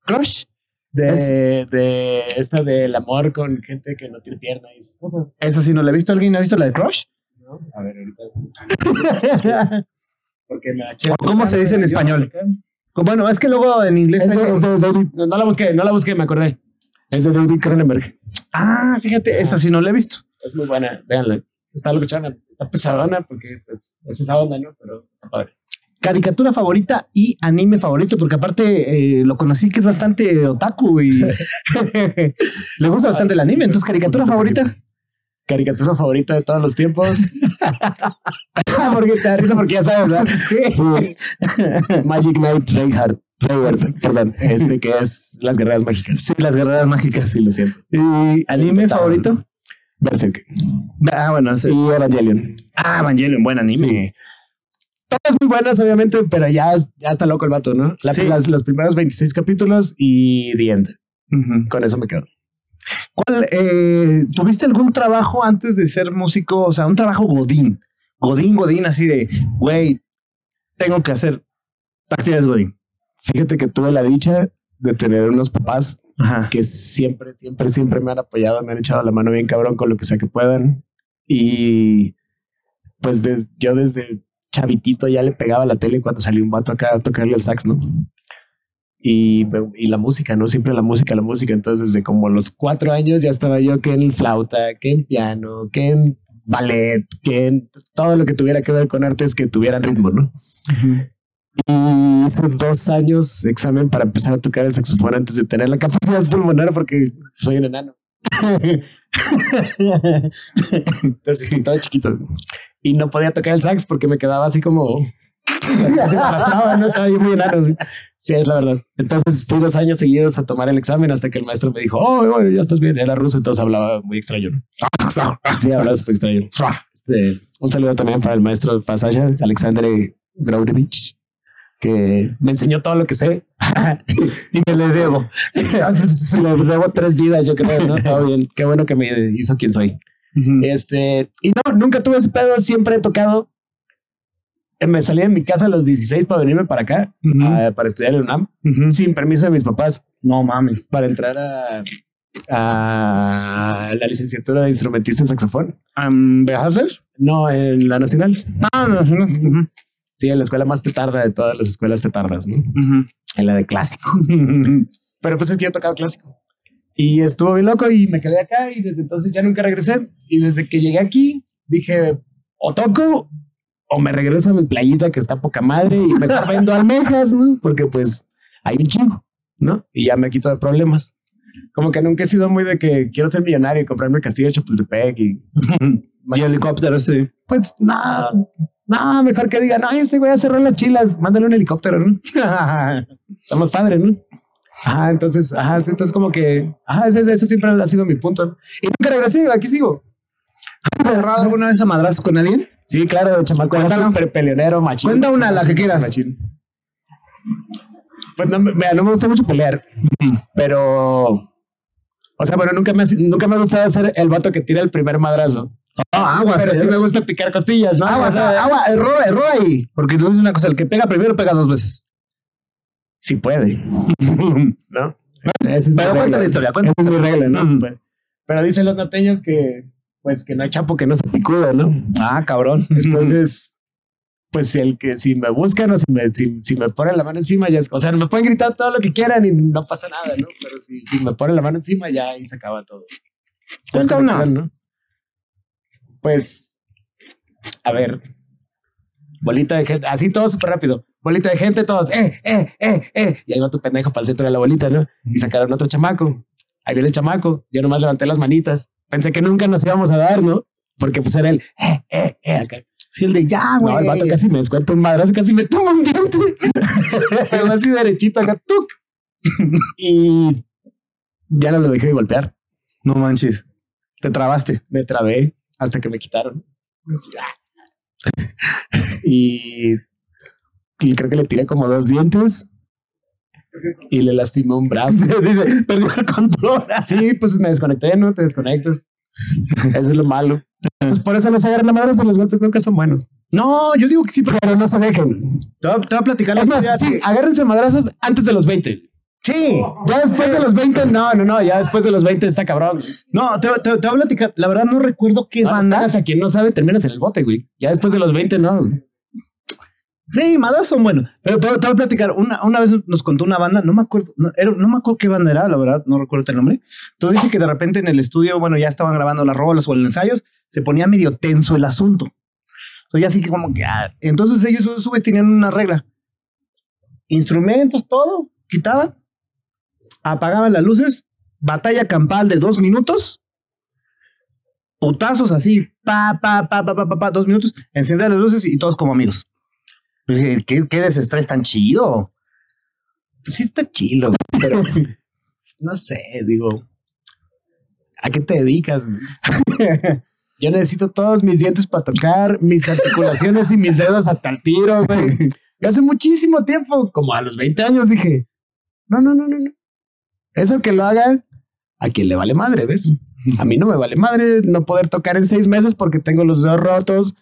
Crush. De, Es- de esta del amor con gente que no tiene pierna y esas cosas. Esa sí no la he visto. ¿Alguien ha visto la de Crush? ¿no? A ver, ahorita. [LAUGHS] Porque la H- ¿Cómo se dice en español? Bueno, es que luego en inglés. Es de- es de David- no, no la busqué, no la busqué, me acordé. Es de David Cronenberg. Ah, fíjate, esa sí no la he visto. Es muy buena, véanla. Está locuchona, está pesadona porque pues, es esa onda, ¿no? Pero está padre. caricatura favorita y anime favorito, porque aparte eh, lo conocí que es bastante otaku y [LAUGHS] le gusta bastante el anime. Entonces, caricatura favorita. Caricatura favorita de todos los tiempos. [LAUGHS] porque te da risa porque ya sabes, ¿verdad? Sí. Magic Knight Reinhardt. Reinhardt, perdón. Este que es las guerreras mágicas. Sí, las guerreras mágicas. Sí, lo siento. ¿Y anime Otaku. favorito? Berserk. Ah, bueno, sí. Y Evangelion. Ah, Evangelion, buen anime. Sí. Todas muy buenas, obviamente, pero ya, ya está loco el vato, ¿no? La- Sí. las- los primeros 26 capítulos y The End. Ujú. Con eso me quedo. ¿Cuál, eh, ¿Tuviste algún trabajo antes de ser músico? O sea, un trabajo Godín. Godín, Godín, así de, güey, tengo que hacer actividades Godín. Fíjate que tuve la dicha de tener unos papás Ajá. que siempre, siempre, siempre me han apoyado, me han echado la mano bien cabrón con lo que sea que puedan. Y pues des- yo desde chavitito ya le pegaba a la tele cuando salió un vato acá a tocarle el sax, ¿no? Y, me- y la música, ¿no? Siempre la música, la música. Entonces, desde como los cuatro años ya estaba yo que en flauta, que en piano, que en ballet, que en todo lo que tuviera que ver con artes que tuvieran ritmo, ¿no? Y hice dos años examen para empezar a tocar el saxofón antes de tener la capacidad pulmonar porque soy un enano. Entonces, todo chiquito. Y no podía tocar el sax porque me quedaba así como [LAUGHS] Trataba, ¿no? Estaba yo muy enano, güey. Sí, es la verdad. Entonces fui dos años seguidos a tomar el examen hasta que el maestro me dijo, oh, bueno, ya estás bien. Era ruso, entonces hablaba muy extraño. ¿no? Sí, hablaba súper extraño. Este, un saludo también para el maestro Pasaya, Alexandre Graurevich, que me enseñó todo lo que sé [LAUGHS] Y me le debo. se lo debo tres vidas, yo creo, ¿no? Todo bien. Qué bueno que me hizo quien soy. Este, y no, nunca tuve ese pedo, siempre he tocado. Eh, Me salí de mi casa a los 16 para venirme para acá, Ujú, ah, para estudiar en UNAM, ujú. sin permiso de mis papás, No mames. para entrar a, a la licenciatura de instrumentista en saxofón. Am, ¿Behazer? No, en la nacional. Ah, no, no, ujú, Sí, en la escuela más te tarda de todas las escuelas te tardas, ¿no? ujú. En la de clásico. [LAUGHS] Pero pues es que yo tocaba clásico. Y estuvo bien loco y me quedé acá y desde entonces ya nunca regresé. Y desde que llegué aquí dije, o toco o me regreso a mi playita que está poca madre y me [LAUGHS] vendo almejas, ¿no? Porque pues hay un chingo, ¿no? Y ya me quito de problemas. Como que nunca he sido muy de que quiero ser millonario y comprarme el castillo de Chapultepec y... [LAUGHS] Y helicóptero, sí. Pues no, no, mejor que diga, no, ese güey ya cerró las chilas, mándale un helicóptero, ¿no? [LAUGHS] Estamos padres, ¿no? Ajá, entonces, ajá, entonces como que, ajá, ese, ese siempre ha sido mi punto. ¿no? Y nunca regresé, aquí sigo. ¿Has agarrado alguna vez a madrazo con alguien? Sí, claro, el chamaco era Cuéntala. súper peleonero, machín. Cuenta una, la que quieras. Machín. Pues no, me- mira, no me gusta mucho pelear, pero... O sea, bueno, nunca me, ha- nunca me ha gustado ser el vato que tira el primer madrazo. Ah, agua, Pero sí sí. me gusta picar costillas, ¿no? Agua, O sea, agua, error, error ahí. Porque tú dices una cosa, el que pega primero pega dos [LAUGHS] veces. Si puede, ¿no? Esa es mi Pero cuenta regla. la historia, cuenta. Esa es mi regla, ¿no? Ujú. Pero- Pero dicen los norteños que, pues, que no hay chapo que no se picudo, ¿no? Ah, [LAUGHS] cabrón. [LAUGHS] Entonces, pues si el que si me buscan o si me, si, si me ponen la mano encima, ya es, o sea, me pueden gritar todo lo que quieran y no pasa nada, ¿no? Pero si, si me ponen la mano encima, ya ahí se acaba todo. Cuenta Es una. ¿no? Pues, a ver. Bolita de gente, así todo súper rápido. Bolita de gente, todos, eh, eh, eh, eh. Y ahí va tu pendejo para el centro de la bolita, ¿no? Y sacaron otro chamaco. Ahí viene el chamaco. Yo nomás levanté las manitas. Pensé que nunca nos íbamos a dar, ¿no? Porque pues era el, eh, eh, eh, acá. Sí, el de Ah, ya, güey. No, el vato casi me descuenta un madrazo, casi me toma un diente. [LAUGHS] Pero así derechito acá, tuc. Y ya no lo dejé de golpear. No manches. Te trabaste. Me trabé hasta que me quitaron. Y, y creo que le tiré como dos dientes y le lastimé un brazo. [LAUGHS] Dice, perdí el control. Sí, pues me desconecté, ¿no? Te desconectas. Eso es lo malo. Pues por eso no se agarran la madrazos, los golpes nunca son buenos. No, yo digo que sí, pero Pero no se dejen. te voy a, te voy a platicar la Es más, historia. sí, agárrense a madrazos antes de los 20. Sí. Ya después de los 20, no, no, no, ya después de los 20 está cabrón. No, te, te- te voy a platicar. La verdad no recuerdo qué banda. Bandas a quien no sabe, terminas en el bote, güey. Ya después de los 20, no. Sí, madrazos son buenos. Pero te, te voy a platicar. Una, una vez nos contó una banda, no me acuerdo, no, era- no me acuerdo qué banda era, la verdad, no recuerdo el nombre. Entonces dice que de repente en el estudio, bueno, ya estaban grabando las rolas o los ensayos, se ponía medio tenso el asunto. Entonces ya así que como que, ah. entonces ellos a su vez tenían una regla. Instrumentos, todo, quitaban, apagaban las luces, batalla campal de dos minutos, putazos así, pa, pa, pa, pa, pa, pa, pa, dos minutos, encender las luces y todos como amigos. Yo dije, Pues, eh, ¿Qué, qué desestrés tan chido? Pues sí está chido, pero no sé, digo, ¿A qué te dedicas? güey? Yo necesito todos mis dientes para tocar, mis articulaciones y mis dedos hasta el tiro, güey. Yo hace muchísimo tiempo, como a los 20 años, dije, no, no, no, no, no. Eso que lo hagan, a quien le vale madre, ¿ves? A mí no me vale madre no poder tocar en seis meses porque tengo los dedos rotos,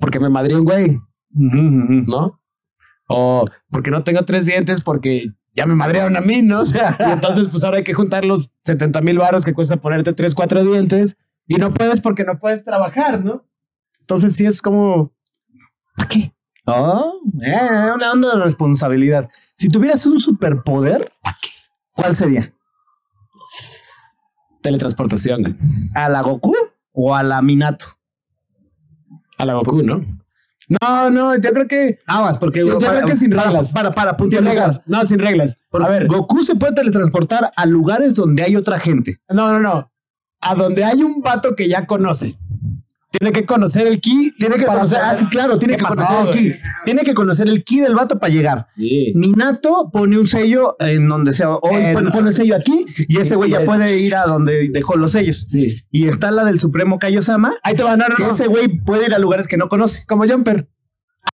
porque me madrió un güey. ¿no? O porque no tengo tres dientes porque ya me madrearon a mí, ¿no? [LAUGHS] O sea, y entonces pues ahora hay que juntar los 70 mil varos que cuesta ponerte tres, cuatro dientes y no puedes porque no puedes trabajar, ¿no? Entonces sí es como, ¿para qué? Oh, eh, una onda de responsabilidad. Si tuvieras un superpoder, ¿cuál sería? Teletransportación güey. ¿A la Goku o a la Minato? a la Goku, ¿no? No, no, yo creo que... Aguas, porque Yo- yo creo que sin para, reglas. Para, para, Sin puntualizar. reglas, no, sin reglas. Porque A ver, Goku se puede teletransportar a lugares donde hay otra gente. no, no, no. A donde hay un vato que ya conoce. Tiene que conocer el ki. Tiene que para conocer, ah, poder- sí, claro, tiene ¿Qué que pasó, conocer el güey? ki. Tiene que conocer el ki del vato para llegar. Sí. Minato pone un sello en donde sea. Hoy Eh, pone, pone el sello aquí y ese güey ya puede ir a donde dejó los sellos. Sí. Y está la del Supremo Kaiosama, Ahí te va, no, no, que no. ese güey puede ir a lugares que no conoce. Como Jumper.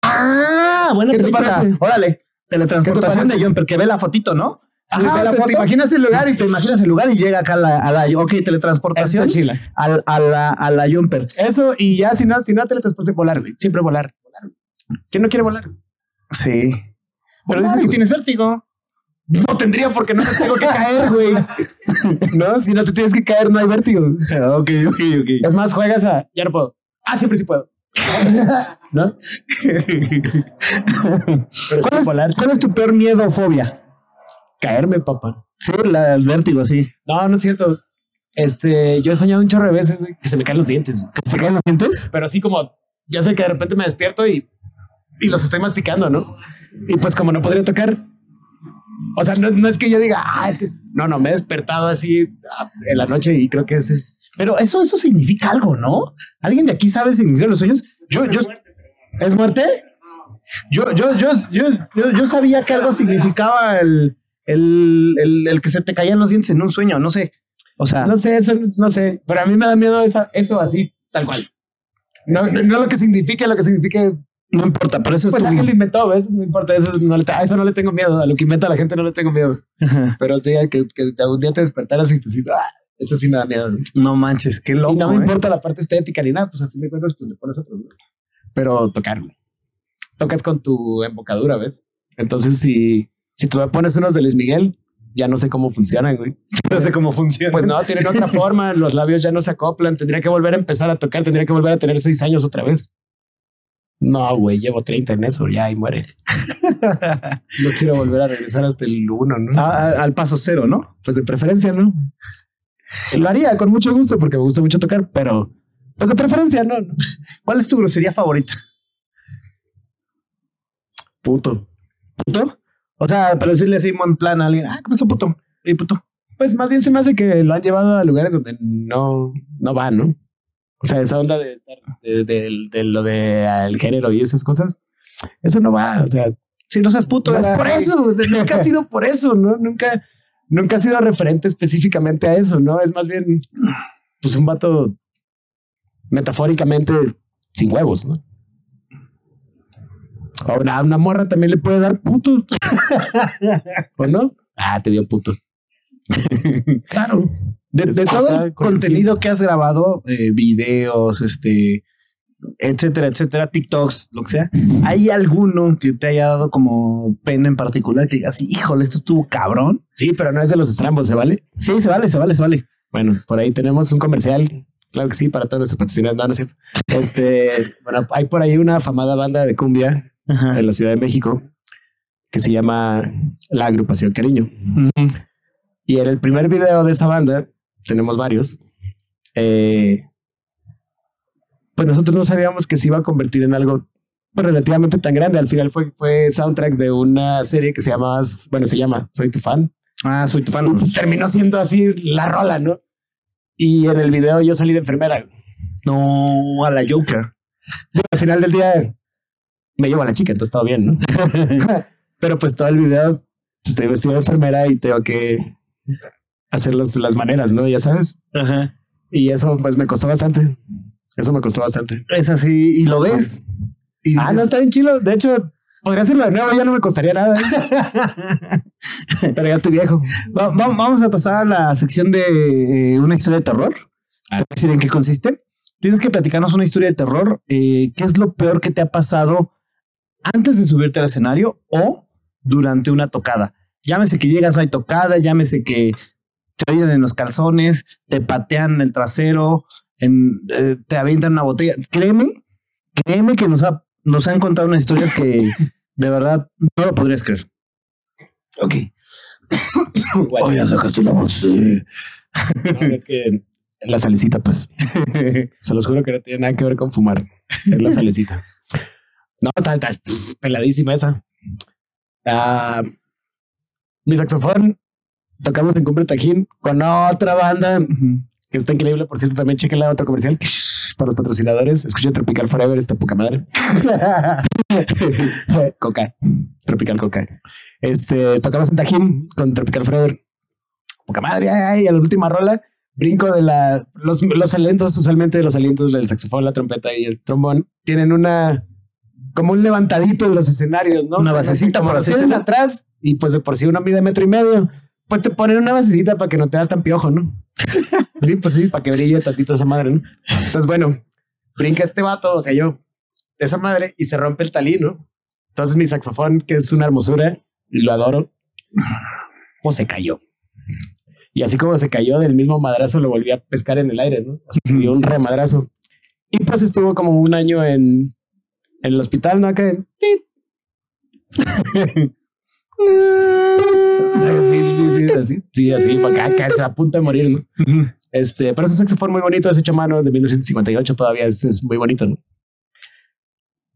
Ah, buena ¿Qué te película. parece? Órale, teletransportación ¿Qué te de parece? Jumper, que ve la fotito, ¿no? Sí, Ajá, pues ve la te- foto. Te imaginas el lugar y te imaginas el lugar y llega acá a la, a la- ok, Eso teletransportación chila. al- a, la, a la Jumper. Eso, y ya, si no, si no teletransporte, volar, güey. Siempre volar. Volar, güey. ¿Quién no quiere volar? Sí. Pero Volar, dices que güey. tienes vértigo. No tendría porque no me tengo que caer, güey. No, si no te tienes que caer, no hay vértigo. [LAUGHS] Ok, ok, ok. Es más, juegas a ya no puedo. Ah, siempre sí puedo. ¿No? Pero ¿Cuál es, volar, cuál es tu peor miedo o fobia? caerme, papá. Sí, la, el vértigo, sí. No, no es cierto. Este, yo he soñado un chorro de veces güey, que se me caen los dientes, güey. ¿Te caen los dientes? pero así como ya sé que de repente me despierto y, y los estoy masticando, ¿no? Y pues como no podría tocar. O sea, no, no es que yo diga, ah, es que no, no, me he despertado así ah, en la noche y creo que ese es Pero eso, eso significa algo, ¿no? ¿Alguien de aquí sabe significar los sueños? Yo, yo, ¿Es muerte? Yo, yo, yo, yo, yo, yo sabía que algo significaba el, el, el, el que se te caían los dientes en un sueño, no sé. O sea, No sé, eso no sé. Pero a mí me da miedo esa- eso así, tal cual. No, no, no lo que signifique, lo que signifique. no importa, pero eso es Pues tu- alguien lo inventó, ¿ves? No importa, eso no le, a eso no le tengo miedo. A lo que inventa la gente no le tengo miedo. Ajá. Pero sí, a que, que algún día te despertaras y te sientas, ah, eso sí me da miedo. No manches, qué loco. y no me ¿eh? importa la parte estética ni nada, pues a fin de cuentas, pues te pones otro. ¿no? Pero tocar, güey. Tocas con tu embocadura, ¿ves? Entonces, si, si tú me pones unos de Luis Miguel, ya no sé cómo funcionan, güey. No sé cómo funciona. Pues no, tienen [LAUGHS] otra forma, los labios ya no se acoplan, tendría que volver a empezar a tocar, tendría que volver a tener seis años otra vez. No, güey, llevo 30 en eso, ya y muere. [LAUGHS] No quiero volver a regresar hasta el 1, ¿no? A- a- al paso cero, ¿no? Pues de preferencia, ¿no? Lo haría con mucho gusto porque me gusta mucho tocar, pero pues de preferencia, ¿no? ¿Cuál es tu grosería favorita? Puto. ¿Puto? O sea, pero decirle así en plan a alguien, ah, ¿qué pasó, puto? Oye, puto. Pues más bien se me hace que lo han llevado a lugares donde no, no va, ¿no? O sea, esa onda de, de, de- de lo de el género y esas cosas, eso no va, o sea, Si no seas puto, No es ¿verdad? Pues por eso, nunca ha sido por eso, ¿no? Nunca, nunca ha sido referente específicamente a eso, ¿no? Es más bien, pues un vato metafóricamente sin huevos, ¿no? A una, a una morra también le puede dar puto. [LAUGHS] ¿O no? Ah, te dio puto. claro. De, de Es todo el verdad, con- contenido que has grabado, eh, videos, este, etcétera, etcétera, TikToks, lo que sea, ¿hay alguno que te haya dado como pena en particular que digas, híjole, esto estuvo cabrón? Sí, pero no es de los estrambos, ¿se vale? Sí, se vale, se vale, se vale. Bueno, por ahí tenemos un comercial. Claro que sí, para todos nuestros patrocinadores. No, no es cierto. [LAUGHS] Este, bueno, hay por ahí una afamada banda de cumbia Ajá. de la Ciudad de México que se llama La Agrupación Cariño. Ujú. Y en el primer video de esa banda, tenemos varios, eh, pues nosotros no sabíamos que se iba a convertir en algo pues, relativamente tan grande. Al final fue, fue soundtrack de una serie que se llama, bueno, se llama Soy tu fan. Ah, soy tu fan. Terminó siendo así la rola, ¿no? Y en el video yo salí de enfermera. No, a la Joker. al final del día me llevo a la chica, entonces todo bien, ¿no? Pero pues todo el video pues, estoy vestido de enfermera y tengo que hacer las, las maneras, ¿no? Ya sabes. Ajá. Y eso pues me costó bastante. Eso me costó bastante. Es así, y lo ves. Y Ah, no, dices, está bien chilo. De hecho, podría hacerlo de nuevo, ya no me costaría nada. ¿eh? Pero ya estoy viejo. Va- va- vamos a pasar a la sección de eh, una historia de terror. Te voy a decir en qué consiste. Tienes que platicarnos una historia de terror. eh, ¿Qué es lo peor que te ha pasado antes de subirte al escenario o durante una tocada? Llámese que llegas a la tocada, llámese que te oyen en los calzones, te patean el trasero, en- eh, te avientan una botella. Créeme, créeme que nos, ha- nos han contado una historia que de verdad no lo podrías creer. Ok. Oye, sacaste la voz. eh. [LAUGHS] no, es que la salecita, [LAUGHS] pues. Se los juro que no tiene nada que ver con fumar. Es la salecita. No, tal, tal. Peladísima esa. Ah, mi saxofón. Tocamos en Cumbre Tajín con otra banda Ujú. [LAUGHS] que está increíble. Por cierto, también chequen la otra comercial. para los patrocinadores. Escuchen Tropical Forever, está poca madre. [LAUGHS] coca, Tropical Coca. Este, tocamos en Tajín con Tropical Forever. Poca madre, ay, a la última rola. Brinco de la. Los, los alientos, usualmente los alientos del saxofón, la trompeta y el trombón, tienen una. Como un levantadito en los escenarios, ¿no? Una O sea, basecita, como por lo así tienen decirlo. atrás y pues de por sí uno mide metro y medio. Pues te ponen una basecita para que no te das tan [LAUGHS] piojo, ¿no? Sí, pues sí, para que brille tantito esa madre, ¿no? Entonces, bueno, brinca este vato, o sea, yo, esa madre, y se rompe el talí, ¿no? Entonces mi saxofón, que es una hermosura, y lo adoro, pues se cayó. Y así como se cayó del mismo madrazo, lo volví a pescar en el aire, ¿no? O sea, me dio un remadrazo. Y pues estuvo como un año en, en el hospital, ¿no? Que... tit. [LAUGHS] sí, sí, sí, sí, así, sí, así, para acá, acá, a punto de morir, ¿no? Este, pero es un saxofón muy bonito, es hecho a mano de 1958, todavía es, es muy bonito, ¿no?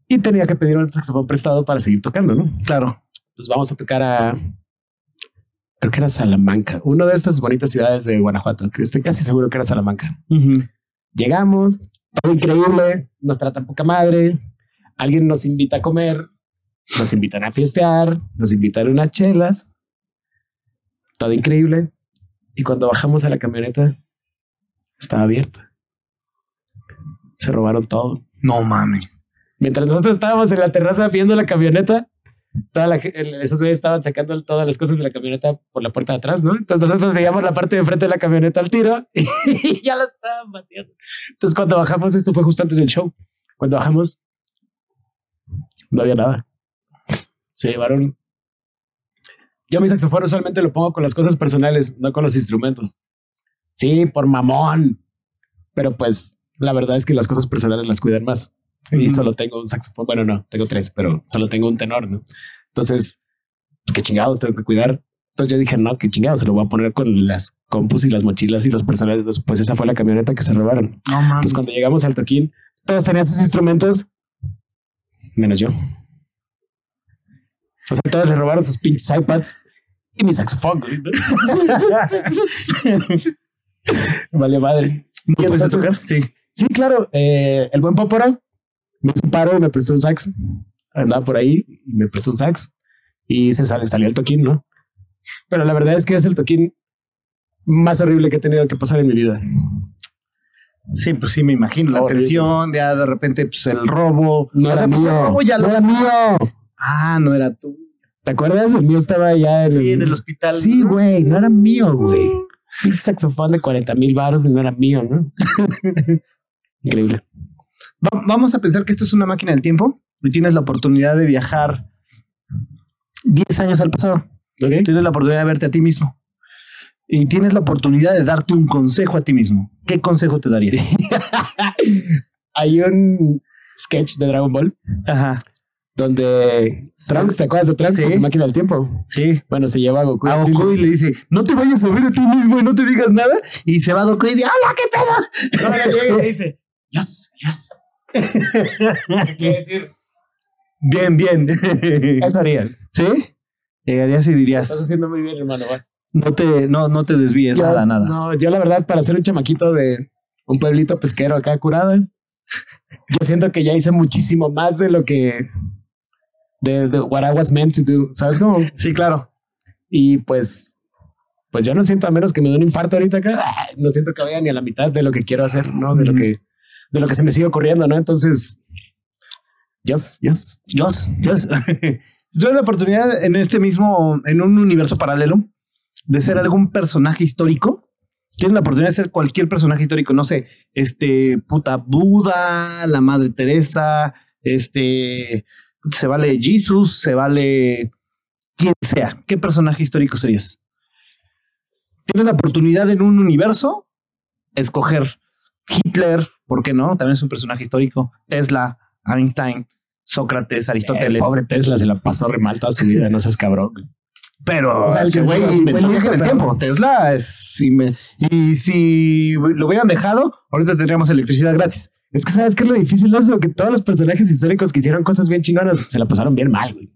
Y tenía que pedir un saxofón prestado para seguir tocando, ¿no? Claro. Entonces vamos a tocar a, creo que era Salamanca, una de estas bonitas ciudades de Guanajuato, que estoy casi seguro que era Salamanca. Llegamos, todo increíble, nos tratan poca madre, alguien nos invita a comer, nos invitan a fiestear, nos invitan a unas chelas, todo increíble. Y cuando bajamos a la camioneta, estaba abierta. Se robaron todo. No mames. Mientras nosotros estábamos en la terraza viendo la camioneta, toda la, ge- el- esos güeyes estaban sacando todas las cosas de la camioneta por la puerta de atrás, ¿no? Entonces nosotros veíamos la parte de frente de la camioneta al tiro [LAUGHS] y, ya la estaban vaciando. Entonces cuando bajamos, esto fue justo antes del show, cuando bajamos, no había nada. Se llevaron... Yo mi saxofón usualmente lo pongo con las cosas personales, no con los instrumentos. Sí, por mamón. Pero pues la verdad es que las cosas personales las cuidan más y Ujú. solo tengo un saxofón. Bueno, no, tengo tres, pero solo tengo un tenor, ¿no? Entonces, pues, qué chingados tengo que cuidar. Entonces yo dije, no, qué chingados, se lo voy a poner con las compus y las mochilas y los personales. Pues esa fue la camioneta que se robaron. No mames. Entonces cuando llegamos al toquín, todos tenían sus instrumentos, menos yo. O sea, todos le robaron sus pinches iPads y mi saxofón. güey, ¿no? [LAUGHS] vale, madre. ¿No ¿Y puedes entonces? tocar? Sí. Sí, claro. eh, el buen Pópora me hizo un paro y me prestó un sax. Andaba por ahí y me prestó un sax. Y se sale, salió el toquín, ¿no? Pero la verdad es que es el toquín más horrible que he tenido que pasar en mi vida. Sí, pues sí, me imagino. La Horrible. tensión, ya de repente, pues el robo. No O era sea, pues, el mío. robo ya No lo- era mío. Ah, no era tú. Mm. ¿Te acuerdas? El mío estaba ya en, Sí, en el hospital. Sí, güey. No era mío, güey. Un saxofón de 40 mil baros no era mío, [LAUGHS] ¿no? Increíble. Va- vamos a pensar que esto es una máquina del tiempo y tienes la oportunidad de viajar 10 años al pasado. ¿Ok? Tienes la oportunidad de verte a ti mismo. Y tienes la oportunidad de darte un consejo a ti mismo. ¿Qué consejo te darías? [LAUGHS] Hay un sketch de Dragon Ball Ajá. donde Trunks, ¿te acuerdas de Trunks? Sí. Con su máquina del tiempo. Sí. Bueno, se lleva a Goku. A Goku y le dice, no te vayas a ver a ti mismo y no te digas nada. Y se va Goku y dice, ¡Hola, qué pedo! [LAUGHS] Ahora llega y le dice, Dios, Dios. Quiere decir, Bien, bien. [LAUGHS] eso haría. ¿Sí? Llegarías y Estás dirías, haciendo muy bien, hermano. vas. no te, no, no te desvíes, Yo- nada, nada. No, yo la verdad, para ser un chamaquito de un pueblito pesquero acá curado, yo siento que ya hice muchísimo más de lo que... De, de what I was meant to do. ¿Sabes cómo? Sí, claro. Y pues... Pues yo no siento, a menos que me dé un infarto ahorita acá, ah, no siento que vaya ni a la mitad de lo que quiero hacer, ¿no? De lo Ujú. que... De lo que se me sigue ocurriendo, ¿no? Entonces... Dios, Dios. Dios, Dios. [LAUGHS] si tuviera la oportunidad en este mismo, en un universo paralelo, de ser algún personaje histórico, tienes la oportunidad de ser cualquier personaje histórico, no sé, este, puta Buda, la Madre Teresa, este, se vale Jesus, se vale quien sea. ¿Qué personaje histórico serías? Tienes la oportunidad en un universo escoger Hitler, ¿por qué no? También es un personaje histórico, Tesla, Einstein, Sócrates, El Aristóteles. Eh, pobre Tesla se la pasó re mal toda su vida, no seas cabrón. Pero O sea, el que fue güey inventó viaje el del tiempo. Tesla es inven- y si lo hubieran dejado, ahorita tendríamos electricidad gratis. Es que sabes que lo difícil es lo que todos los personajes históricos que hicieron cosas bien chingonas se la pasaron bien mal, güey.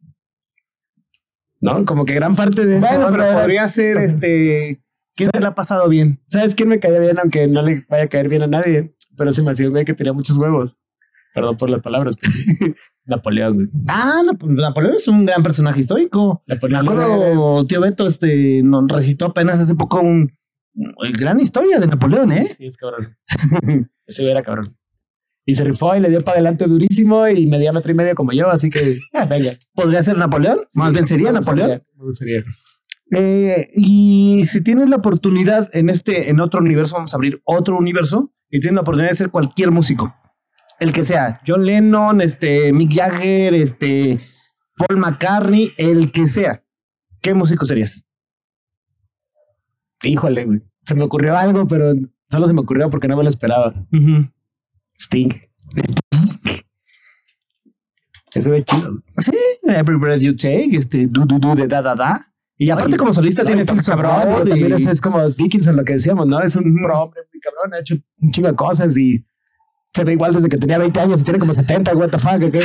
¿No? Como que gran parte de esa Bueno, banda pero era- podría ser este. ¿Quién Sí. te la ha pasado bien? ¿Sabes quién me caía bien aunque no le vaya a caer bien a nadie? pero se me hacía un güey que tenía muchos huevos. Perdón por las palabras. [LAUGHS] Napoleón, güey. Ah, Nap- Napoleón es un gran personaje histórico. Me Napoleón. acuerdo, tío Beto, este, nos recitó apenas hace poco un, un- gran historia de Napoleón, ¿eh? Sí, [LAUGHS] es cabrón. Ese güey era cabrón. Y se rifó y le dio para adelante durísimo y medía metro y medio como yo, así que venga. ¿Podría ser Napoleón? [LAUGHS] Más bien sería Me Napoleón. gustaría, Me gustaría. Eh, y si tienes la oportunidad en este, en otro universo, vamos a abrir otro universo y tienes la oportunidad de ser cualquier músico, el que sea, John Lennon, este, Mick Jagger, este, Paul McCartney, el que sea, ¿qué músico serías? Híjole, güey. Se me ocurrió algo, pero solo se me ocurrió porque no me lo esperaba. Sting. Eso es chido. Every breath you take, este, du du du de da da da. Y aparte Ay, como solista tiene Ay, Phil cabrón, Brother pero y- también es, es como Dickinson lo que decíamos, ¿no? Es un Ujú. pro hombre muy cabrón, ha hecho un chingo de cosas y se ve igual desde que tenía 20 años y tiene como 70, what the fuck. [LAUGHS] ¿qué?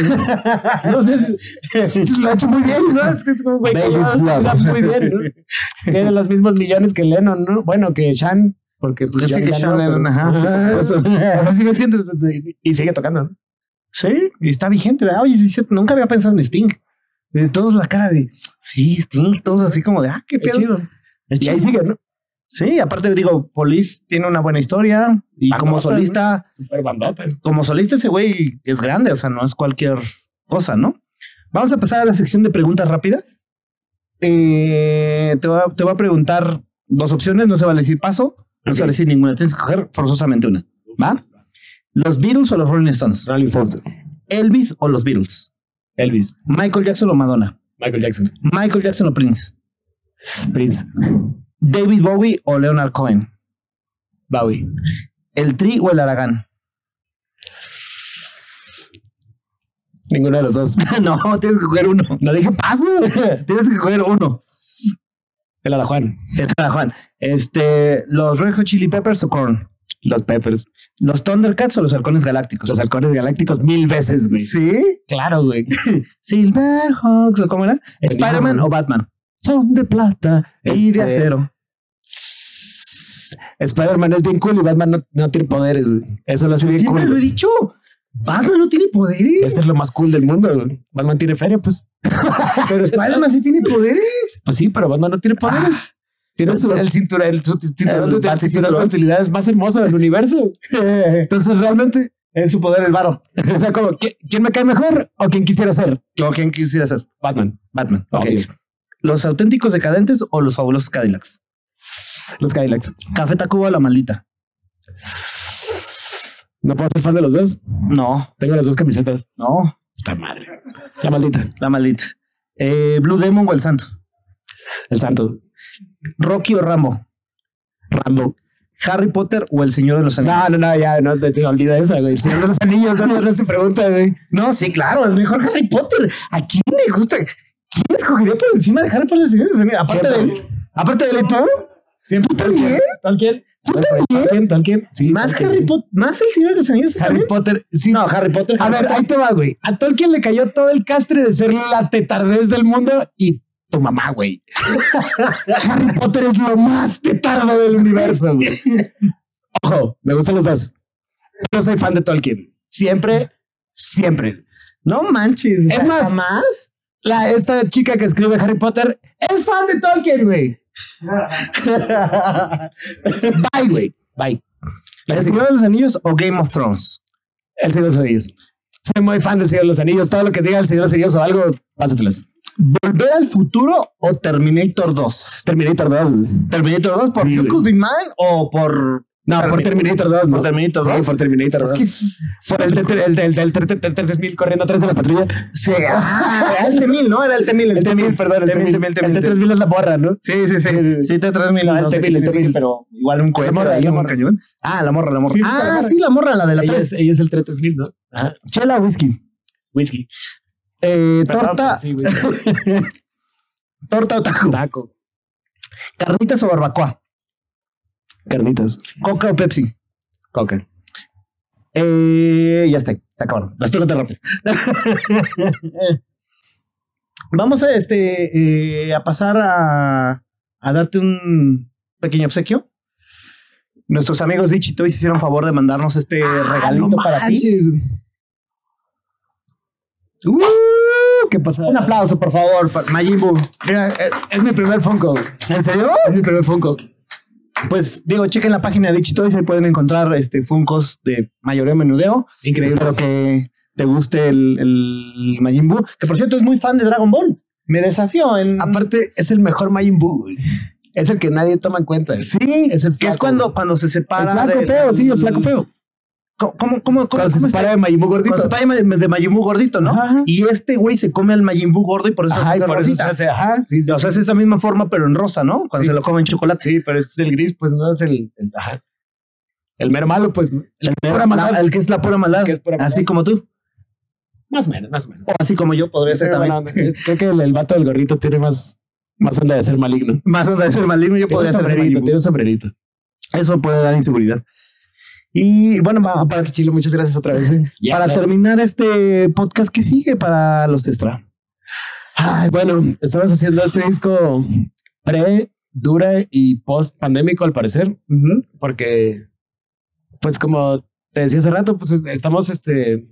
Entonces, lo ha hecho muy bien, ¿no? es que es como un güey que Baby's lleva- love. lleva muy bien, ¿no? Tiene los mismos millones que Lennon, ¿no? Bueno, que Sean, porque pues, Yo sé John que ya no, Sean Lennon, pero- [LAUGHS] ajá, sí, por supuesto. O sea, sí me entiendes. Y sigue tocando, ¿no? [LAUGHS] Sí, está vigente. ¿verdad? Oye, sí, sí, nunca había pensado en Sting. Eh, Todos la cara de, sí, Sting, todos así como de, ah, qué Es pedo. chido. Es Y ahí chido. sigue, ¿no? Sí, aparte digo, Police tiene una buena historia y Bandota, como solista, Super bandota. como solista ese güey es grande, o sea, no es cualquier cosa, ¿no? Vamos a pasar a la sección de preguntas rápidas. Eh, te, va, te va a preguntar dos opciones, no se va a decir paso, no se va a decir ninguna, tienes que escoger forzosamente una, ¿va? ¿Los Beatles o los Rolling Stones? ¿Elvis o los Beatles? Elvis. Michael Jackson o Madonna. Michael Jackson. Michael Jackson o Prince. Prince. David Bowie o Leonard Cohen. Bowie. El Tri o el Aragán. Ninguno de los dos. [LAUGHS] no, tienes que coger uno. No dije paso. [LAUGHS] Tienes que coger uno. El Arajuan. El Aragán. Este, los Red Hot Chili Peppers o Korn. Los Peppers. Los Thundercats o los Halcones Galácticos. Los halcones galácticos mil veces, güey. Sí. Claro, güey. Silverhawks o cómo era. El Spider-Man hijo, o Batman. Son de plata. Y de acero. Spider-Man es bien cool y Batman no, no tiene poderes, güey. Eso lo hace bien Siempre cool. lo he güey. dicho. Batman no tiene poderes. Eso es lo más cool del mundo, güey. Batman tiene feria, [LAUGHS] pues. Pero Spider-Man sí tiene poderes. Pues sí, pero Batman no tiene poderes. Ah, tiene su- el cinturón, el, su- cinturón El de- bate cinturón de cinturón. utilidades más hermoso del universo. Entonces, realmente, [LAUGHS] Es su poder el varo. o sea, como, ¿qui- ¿quién me cae mejor o quién quisiera ser? ¿O quién quisiera ser? Batman. Batman. Ok. ok. ¿Los auténticos decadentes o los fabulosos Cadillacs? Los Cadillacs. ¿Café Tacuba o la maldita? No puedo ser fan de los dos. No, Tengo las dos camisetas. no, La madre. La maldita. la maldita. Eh, ¿Blue Demon o el santo? El santo. ¿Rocky o Rambo? Rambo. ¿Harry Potter o el señor de los anillos? No, no, no, ya, no te, te olvida esa, güey. Si de los anillos, esa no se pregunta, güey. No, sí, claro, es mejor Harry Potter. ¿A quién le gusta? ¿Quién escogería por encima de Harry Potter? el Señor de los Anillos? Aparte Cierto. de aparte de tú, Siempre. también? ¿Tolkien? ¿Tú también? ¿Tolkien? Sí. más Tolkien. Harry Potter, más el señor de los anillos. Harry también. Potter. Sí. No, Harry Potter. A Harry ver, Potter. ahí te va, güey. A Tolkien le cayó todo el castre de ser la tetardez del mundo y tu mamá, [LAUGHS] güey. Harry Potter es lo más tetardo del universo, güey. Ojo, me gustan los dos. Pero soy fan de Tolkien. Siempre, siempre. no manches. Es más- jamás. La, esta chica que escribe Harry Potter es fan de Tolkien, güey. [LAUGHS] Bye, güey. Bye. La ¿El que señor de los anillos o Game of Thrones? El Señor de los Anillos. Soy muy fan del Señor de los Anillos. Todo lo que diga el Señor de los Anillos o algo, pásatelas. ¿Volver al futuro o Terminator 2? Terminator 2. güey. ¿Terminator 2 por Sí, You güey. Could Be Mine o por.? No, por Terminator 2, Por no. Terminator Sí, 2. por Terminator 2. Es que es- Por el T- el- el- el T- el 3000 corriendo atrás de la patrulla. sí, [LAUGHS] ah, era el T-1000, ¿no? Era el T-1000. El T-1000, perdón. El T-1000, T-1000, T-1000, el T-3000 es la borra, ¿no? Sí, sí, sí. El- Sí, T-3000. No, el no sé, T-1000, el T-1000, pero... Igual un cohete, morra, ahí, la un morra. cañón. Ah, la morra, la morra. Sí, está la ah, morra. sí, la morra, la de la Ella 3. es, ella es el 3000, ¿no? Ajá. Chela o whisky. Whisky. Eh, Perdón, torta, pero Sí, whisky. [LAUGHS] torta o taco. Taco. Carnitas o barbacoa. Carnitas. Coca o Pepsi. Coca. Eh, ya está, se acabaron. Las preguntas rápidas. [LAUGHS] Vamos a, este, eh, a pasar a, a darte un pequeño obsequio. Nuestros amigos de Ichitoy se hicieron favor de mandarnos este Ah, regalito para ti. Uh, ¿Qué pasa? Un aplauso, por favor, para Majimbu. Mira, eh, es, mi primer Funko. ¿En serio? Es mi primer Funko. Pues digo, chequen la página de Ichitoy, se pueden encontrar este Funkos de mayoreo menudeo. Increíble. Espero que te guste el, el Majin Buu, que por cierto es muy fan de Dragon Ball. Me desafió en. Aparte, es el mejor Majin Buu. güey. Es el que nadie toma en cuenta. El sí, es el que es flaco, cuando, cuando se separa. flaco del- feo, sí, el flaco feo. ¿Cómo, cómo, cómo, cómo Cuando se este? está? separa de Majin Buu gordito. Cuando se separa de, de Majin Buu gordito, ¿no? Ajá. Y este güey se come al Majin Buu gordo y por eso Ajá, se y hace por eso se rosita. hace, ajá, sí, sí, O sea, es esta misma forma, pero en rosa, ¿no? Cuando Sí. se lo come en chocolate. Sí, pero este es el gris, pues no es el, el- ajá. El mero malo, pues. ¿no? La pura maldad. el que es la pura maldad. Que es pura Así como tú. Más o menos, más o menos. O así como yo podría ser Pero también. bueno, [LAUGHS] Creo que el, el vato del gorrito tiene más, más onda de ser maligno. [LAUGHS] Más onda de ser maligno, yo Tiene podría un ser sombrerito, maligno. Tiene un sombrerito. Eso puede dar inseguridad. Y bueno, va- para, Chilo, muchas gracias otra vez. ¿eh? para Para terminar. terminar este podcast, ¿qué sigue para los extra? Ay, bueno, estamos haciendo este disco pre, dura y post pandémico, al parecer, porque, pues, como te decía hace rato, pues es- estamos este.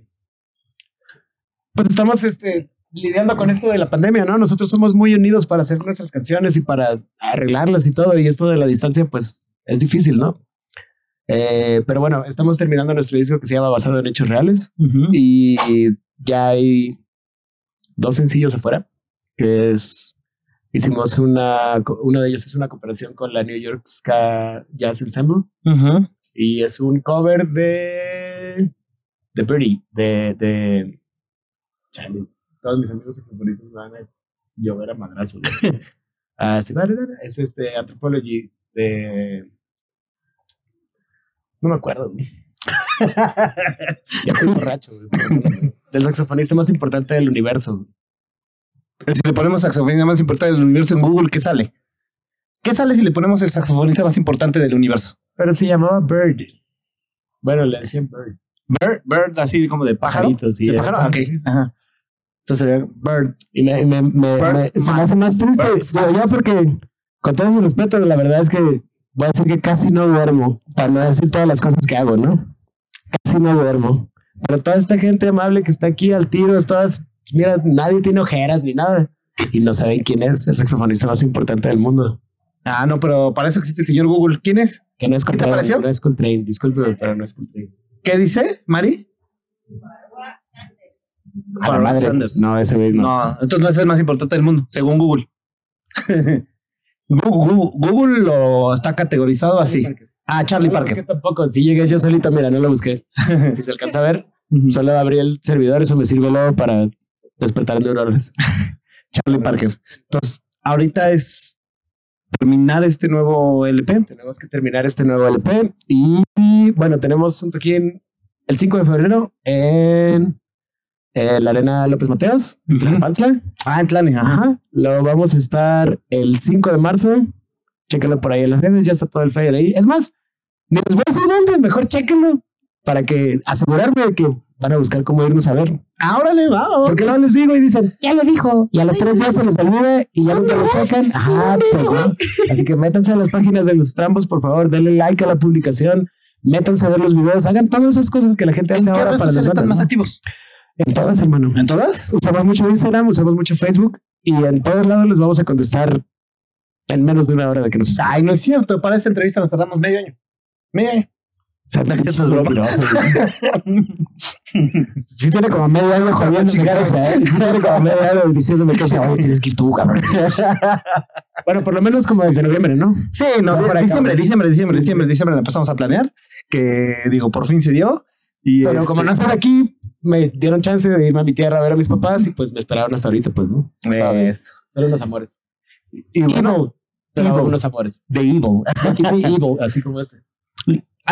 Pues estamos este. Lidiando con esto de la pandemia, ¿no? Nosotros somos muy unidos para hacer nuestras canciones y para arreglarlas y todo. Y esto de la distancia, pues, es difícil, ¿no? Eh, pero bueno, estamos terminando nuestro disco que se llama Basado en Hechos Reales. Y- y ya hay dos sencillos afuera, que es, hicimos una, co- uno de ellos es una cooperación con la New York Ska Jazz Ensemble y es un cover de de Birdie, de, de chale, todos mis amigos saxofonistas me van a llover a madrazos. [LAUGHS] güey. Ah, sí, vale, vale, es este Anthropology de no me acuerdo. [LAUGHS] güey. ya estoy borracho. güey, perdóname. Del saxofonista más importante del universo. güey. Si le ponemos saxofonista más importante del universo en Google, ¿qué sale? ¿Qué sale si le ponemos el saxofonista más importante del universo? Pero se llamaba Bird. Bueno, le decían Bird. Bird, bird así como de pájaro. Pajarito, sí, ¿De era pájaro? Ah, pájaro. ok. Ajá. Entonces sería bird. Y me, me, me- Bird me- se Max. me hace más triste. Bird digo, ya porque, con todo mi respeto, la verdad es que voy a decir que casi no duermo, para no decir todas las cosas que hago, ¿no? Casi no duermo. Pero toda esta gente amable que está aquí al tiro, todas, mira, nadie tiene ojeras ni nada. Y no saben quién es el saxofonista más importante del mundo. Ah, no, pero para eso existe el señor Google. ¿Quién es? Que no es te Coltrane, pareció? No es Coltrane, discúlpeme, pero no es Coltrane. ¿Qué dice, Mari? A la madre, No, ese güey no. No, entonces no es el más importante del mundo, según Google. [LAUGHS] Google, Google lo está categorizado así. Ah, Charlie No lo Parker. busqué tampoco, si llegué yo solito, mira, no [LAUGHS] lo busqué. si se alcanza a ver, Ujú. Solo abrí el servidor, eso me sirve luego para despertar neuronas. Charlie Parker. Entonces, ahorita es terminar este nuevo LP. [LAUGHS] Tenemos que terminar este nuevo LP y bueno, tenemos un toquín el 5 de febrero en eh, la Arena López Mateos, en Ujú. Tlalnepantla. Ah, en Tlane, ajá. Ajá. Lo vamos a estar el 5 de marzo. Chéquenlo por ahí en las redes, ya está todo el flyer ahí. Es más, ni les voy a decir dónde, mejor chéquenlo para que asegurarme de que van a buscar cómo irnos a ver. Ah, órale, va. va. Porque luego les digo y dicen, ya lo dijo. Y a los tres días se los olvida y Ah, ya nunca lo checan. Ajá, pues no. Así que métanse a las páginas de los trambos, por favor, denle like a la publicación, métanse a ver los videos, hagan todas esas cosas que la gente ¿En hace qué ahora redes para las sociales están bandas, más ¿no? activos? En todas, hermano. ¿En todas? Usamos mucho Instagram, usamos mucho Facebook y en todos lados les vamos a contestar en menos de una hora de que nos Ay, no es cierto. Para esta entrevista nos tardamos medio año. Medio año. Esto Ah, es broma. [LAUGHS] Si tiene como media hora jodiendo chingar. Si ¿eh? tiene como media hora diciéndome que oye, tienes que ir [LAUGHS] tú, cabrón. bueno, por lo menos como desde noviembre, ¿no? Sí, no, Por acá, diciembre, ¿no? diciembre, diciembre, Sí, diciembre, diciembre la empezamos a planear. Que digo, por fin se dio. Y Pero este, como no estás aquí, me dieron chance de irme a mi tierra a ver a mis papás y pues me esperaron hasta ahorita, pues, ¿no? todavía. eso. Son unos amores. Eh, Y bueno, Pero Evil. unos amores. The Evil. Aquí sí, evil, así como este.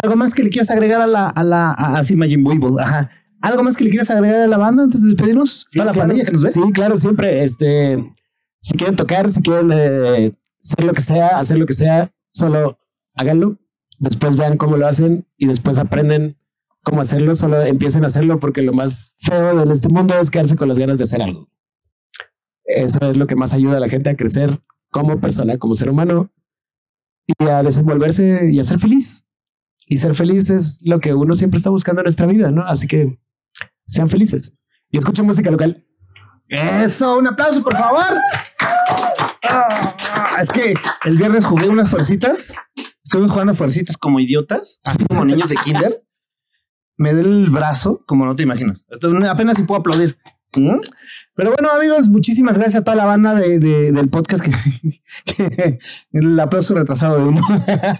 ¿Algo más que le quieras agregar a la, a la, a, así Majin Buu Evil? Ajá. ¿Algo más que le quieras agregar a la banda antes de despedirnos? Sí, Para la claro. pandilla que nos ve. Sí, claro, siempre. Este, si quieren tocar, si quieren eh, ser lo que sea, hacer lo que sea, solo háganlo. Después vean cómo lo hacen y después aprenden cómo hacerlo. Solo empiecen a hacerlo porque lo más feo en este mundo es quedarse con las ganas de hacer algo. Eso es lo que más ayuda a la gente a crecer como persona, como ser humano y a desenvolverse y a ser feliz. Y ser feliz es lo que uno siempre está buscando en nuestra vida, ¿no? Así que sean felices y escuchen música local. Eso, un aplauso, por favor. Ah, es que el viernes jugué unas fuercitas. Estuvimos jugando fuercitas como idiotas, así como niños de kinder. Me duele el brazo, como no te imaginas. Entonces, Apenas si puedo aplaudir. ¿Mm? Pero bueno, amigos, muchísimas gracias a toda la banda de, de- del podcast que, [LAUGHS] que- el aplauso retrasado de uno.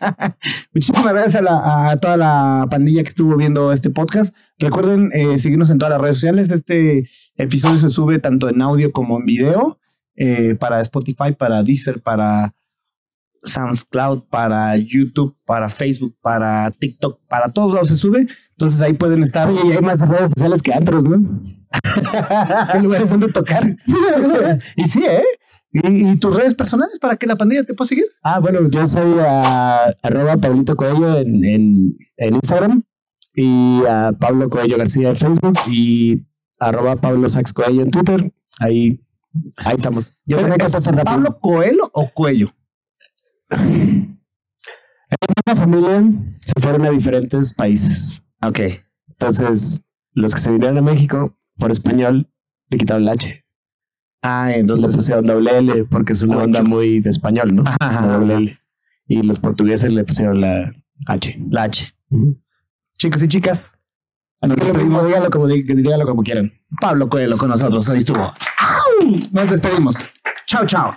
[LAUGHS] muchísimas gracias a, la- a toda la pandilla que estuvo viendo este podcast. Recuerden eh, seguirnos en todas las redes sociales. Este episodio se sube tanto en audio como en video eh, para Spotify, para Deezer, para SoundCloud, para YouTube, para Facebook, para TikTok, para todos lados se sube. Entonces ahí pueden estar. Oye, y hay más redes sociales que antros, ¿no? [LAUGHS] ¿Qué lugares donde tocar? y sí, ¿eh? ¿Y, y tus redes personales para que la pandilla te pueda seguir? [LAUGHS] Ah, bueno, yo soy ah, arroba Pablito Coello en, en- en Instagram y a Pablo Coello García en Facebook y arroba Pablo Sax Coello en Twitter. Ahí, ahí estamos. Yo Pero tenía que es hacer rápido. ¿Pablo Coelho o Cuello? Una familia se fueron a diferentes países. Ok. Entonces, los que se vinieron a México por español le quitaron el H. Ah, le entonces. pusieron doble L porque es una Ocho. onda muy de español, ¿no? Ajá, La ajá, doble ajá. L. Y los portugueses le pusieron la H. La H. Ujú. Chicos y chicas, Así que lo mismo, dígalo como, di- dígalo como quieran. Pablo Coelho con nosotros. Ahí estuvo. ¡Au! Nos despedimos. Chao, chao.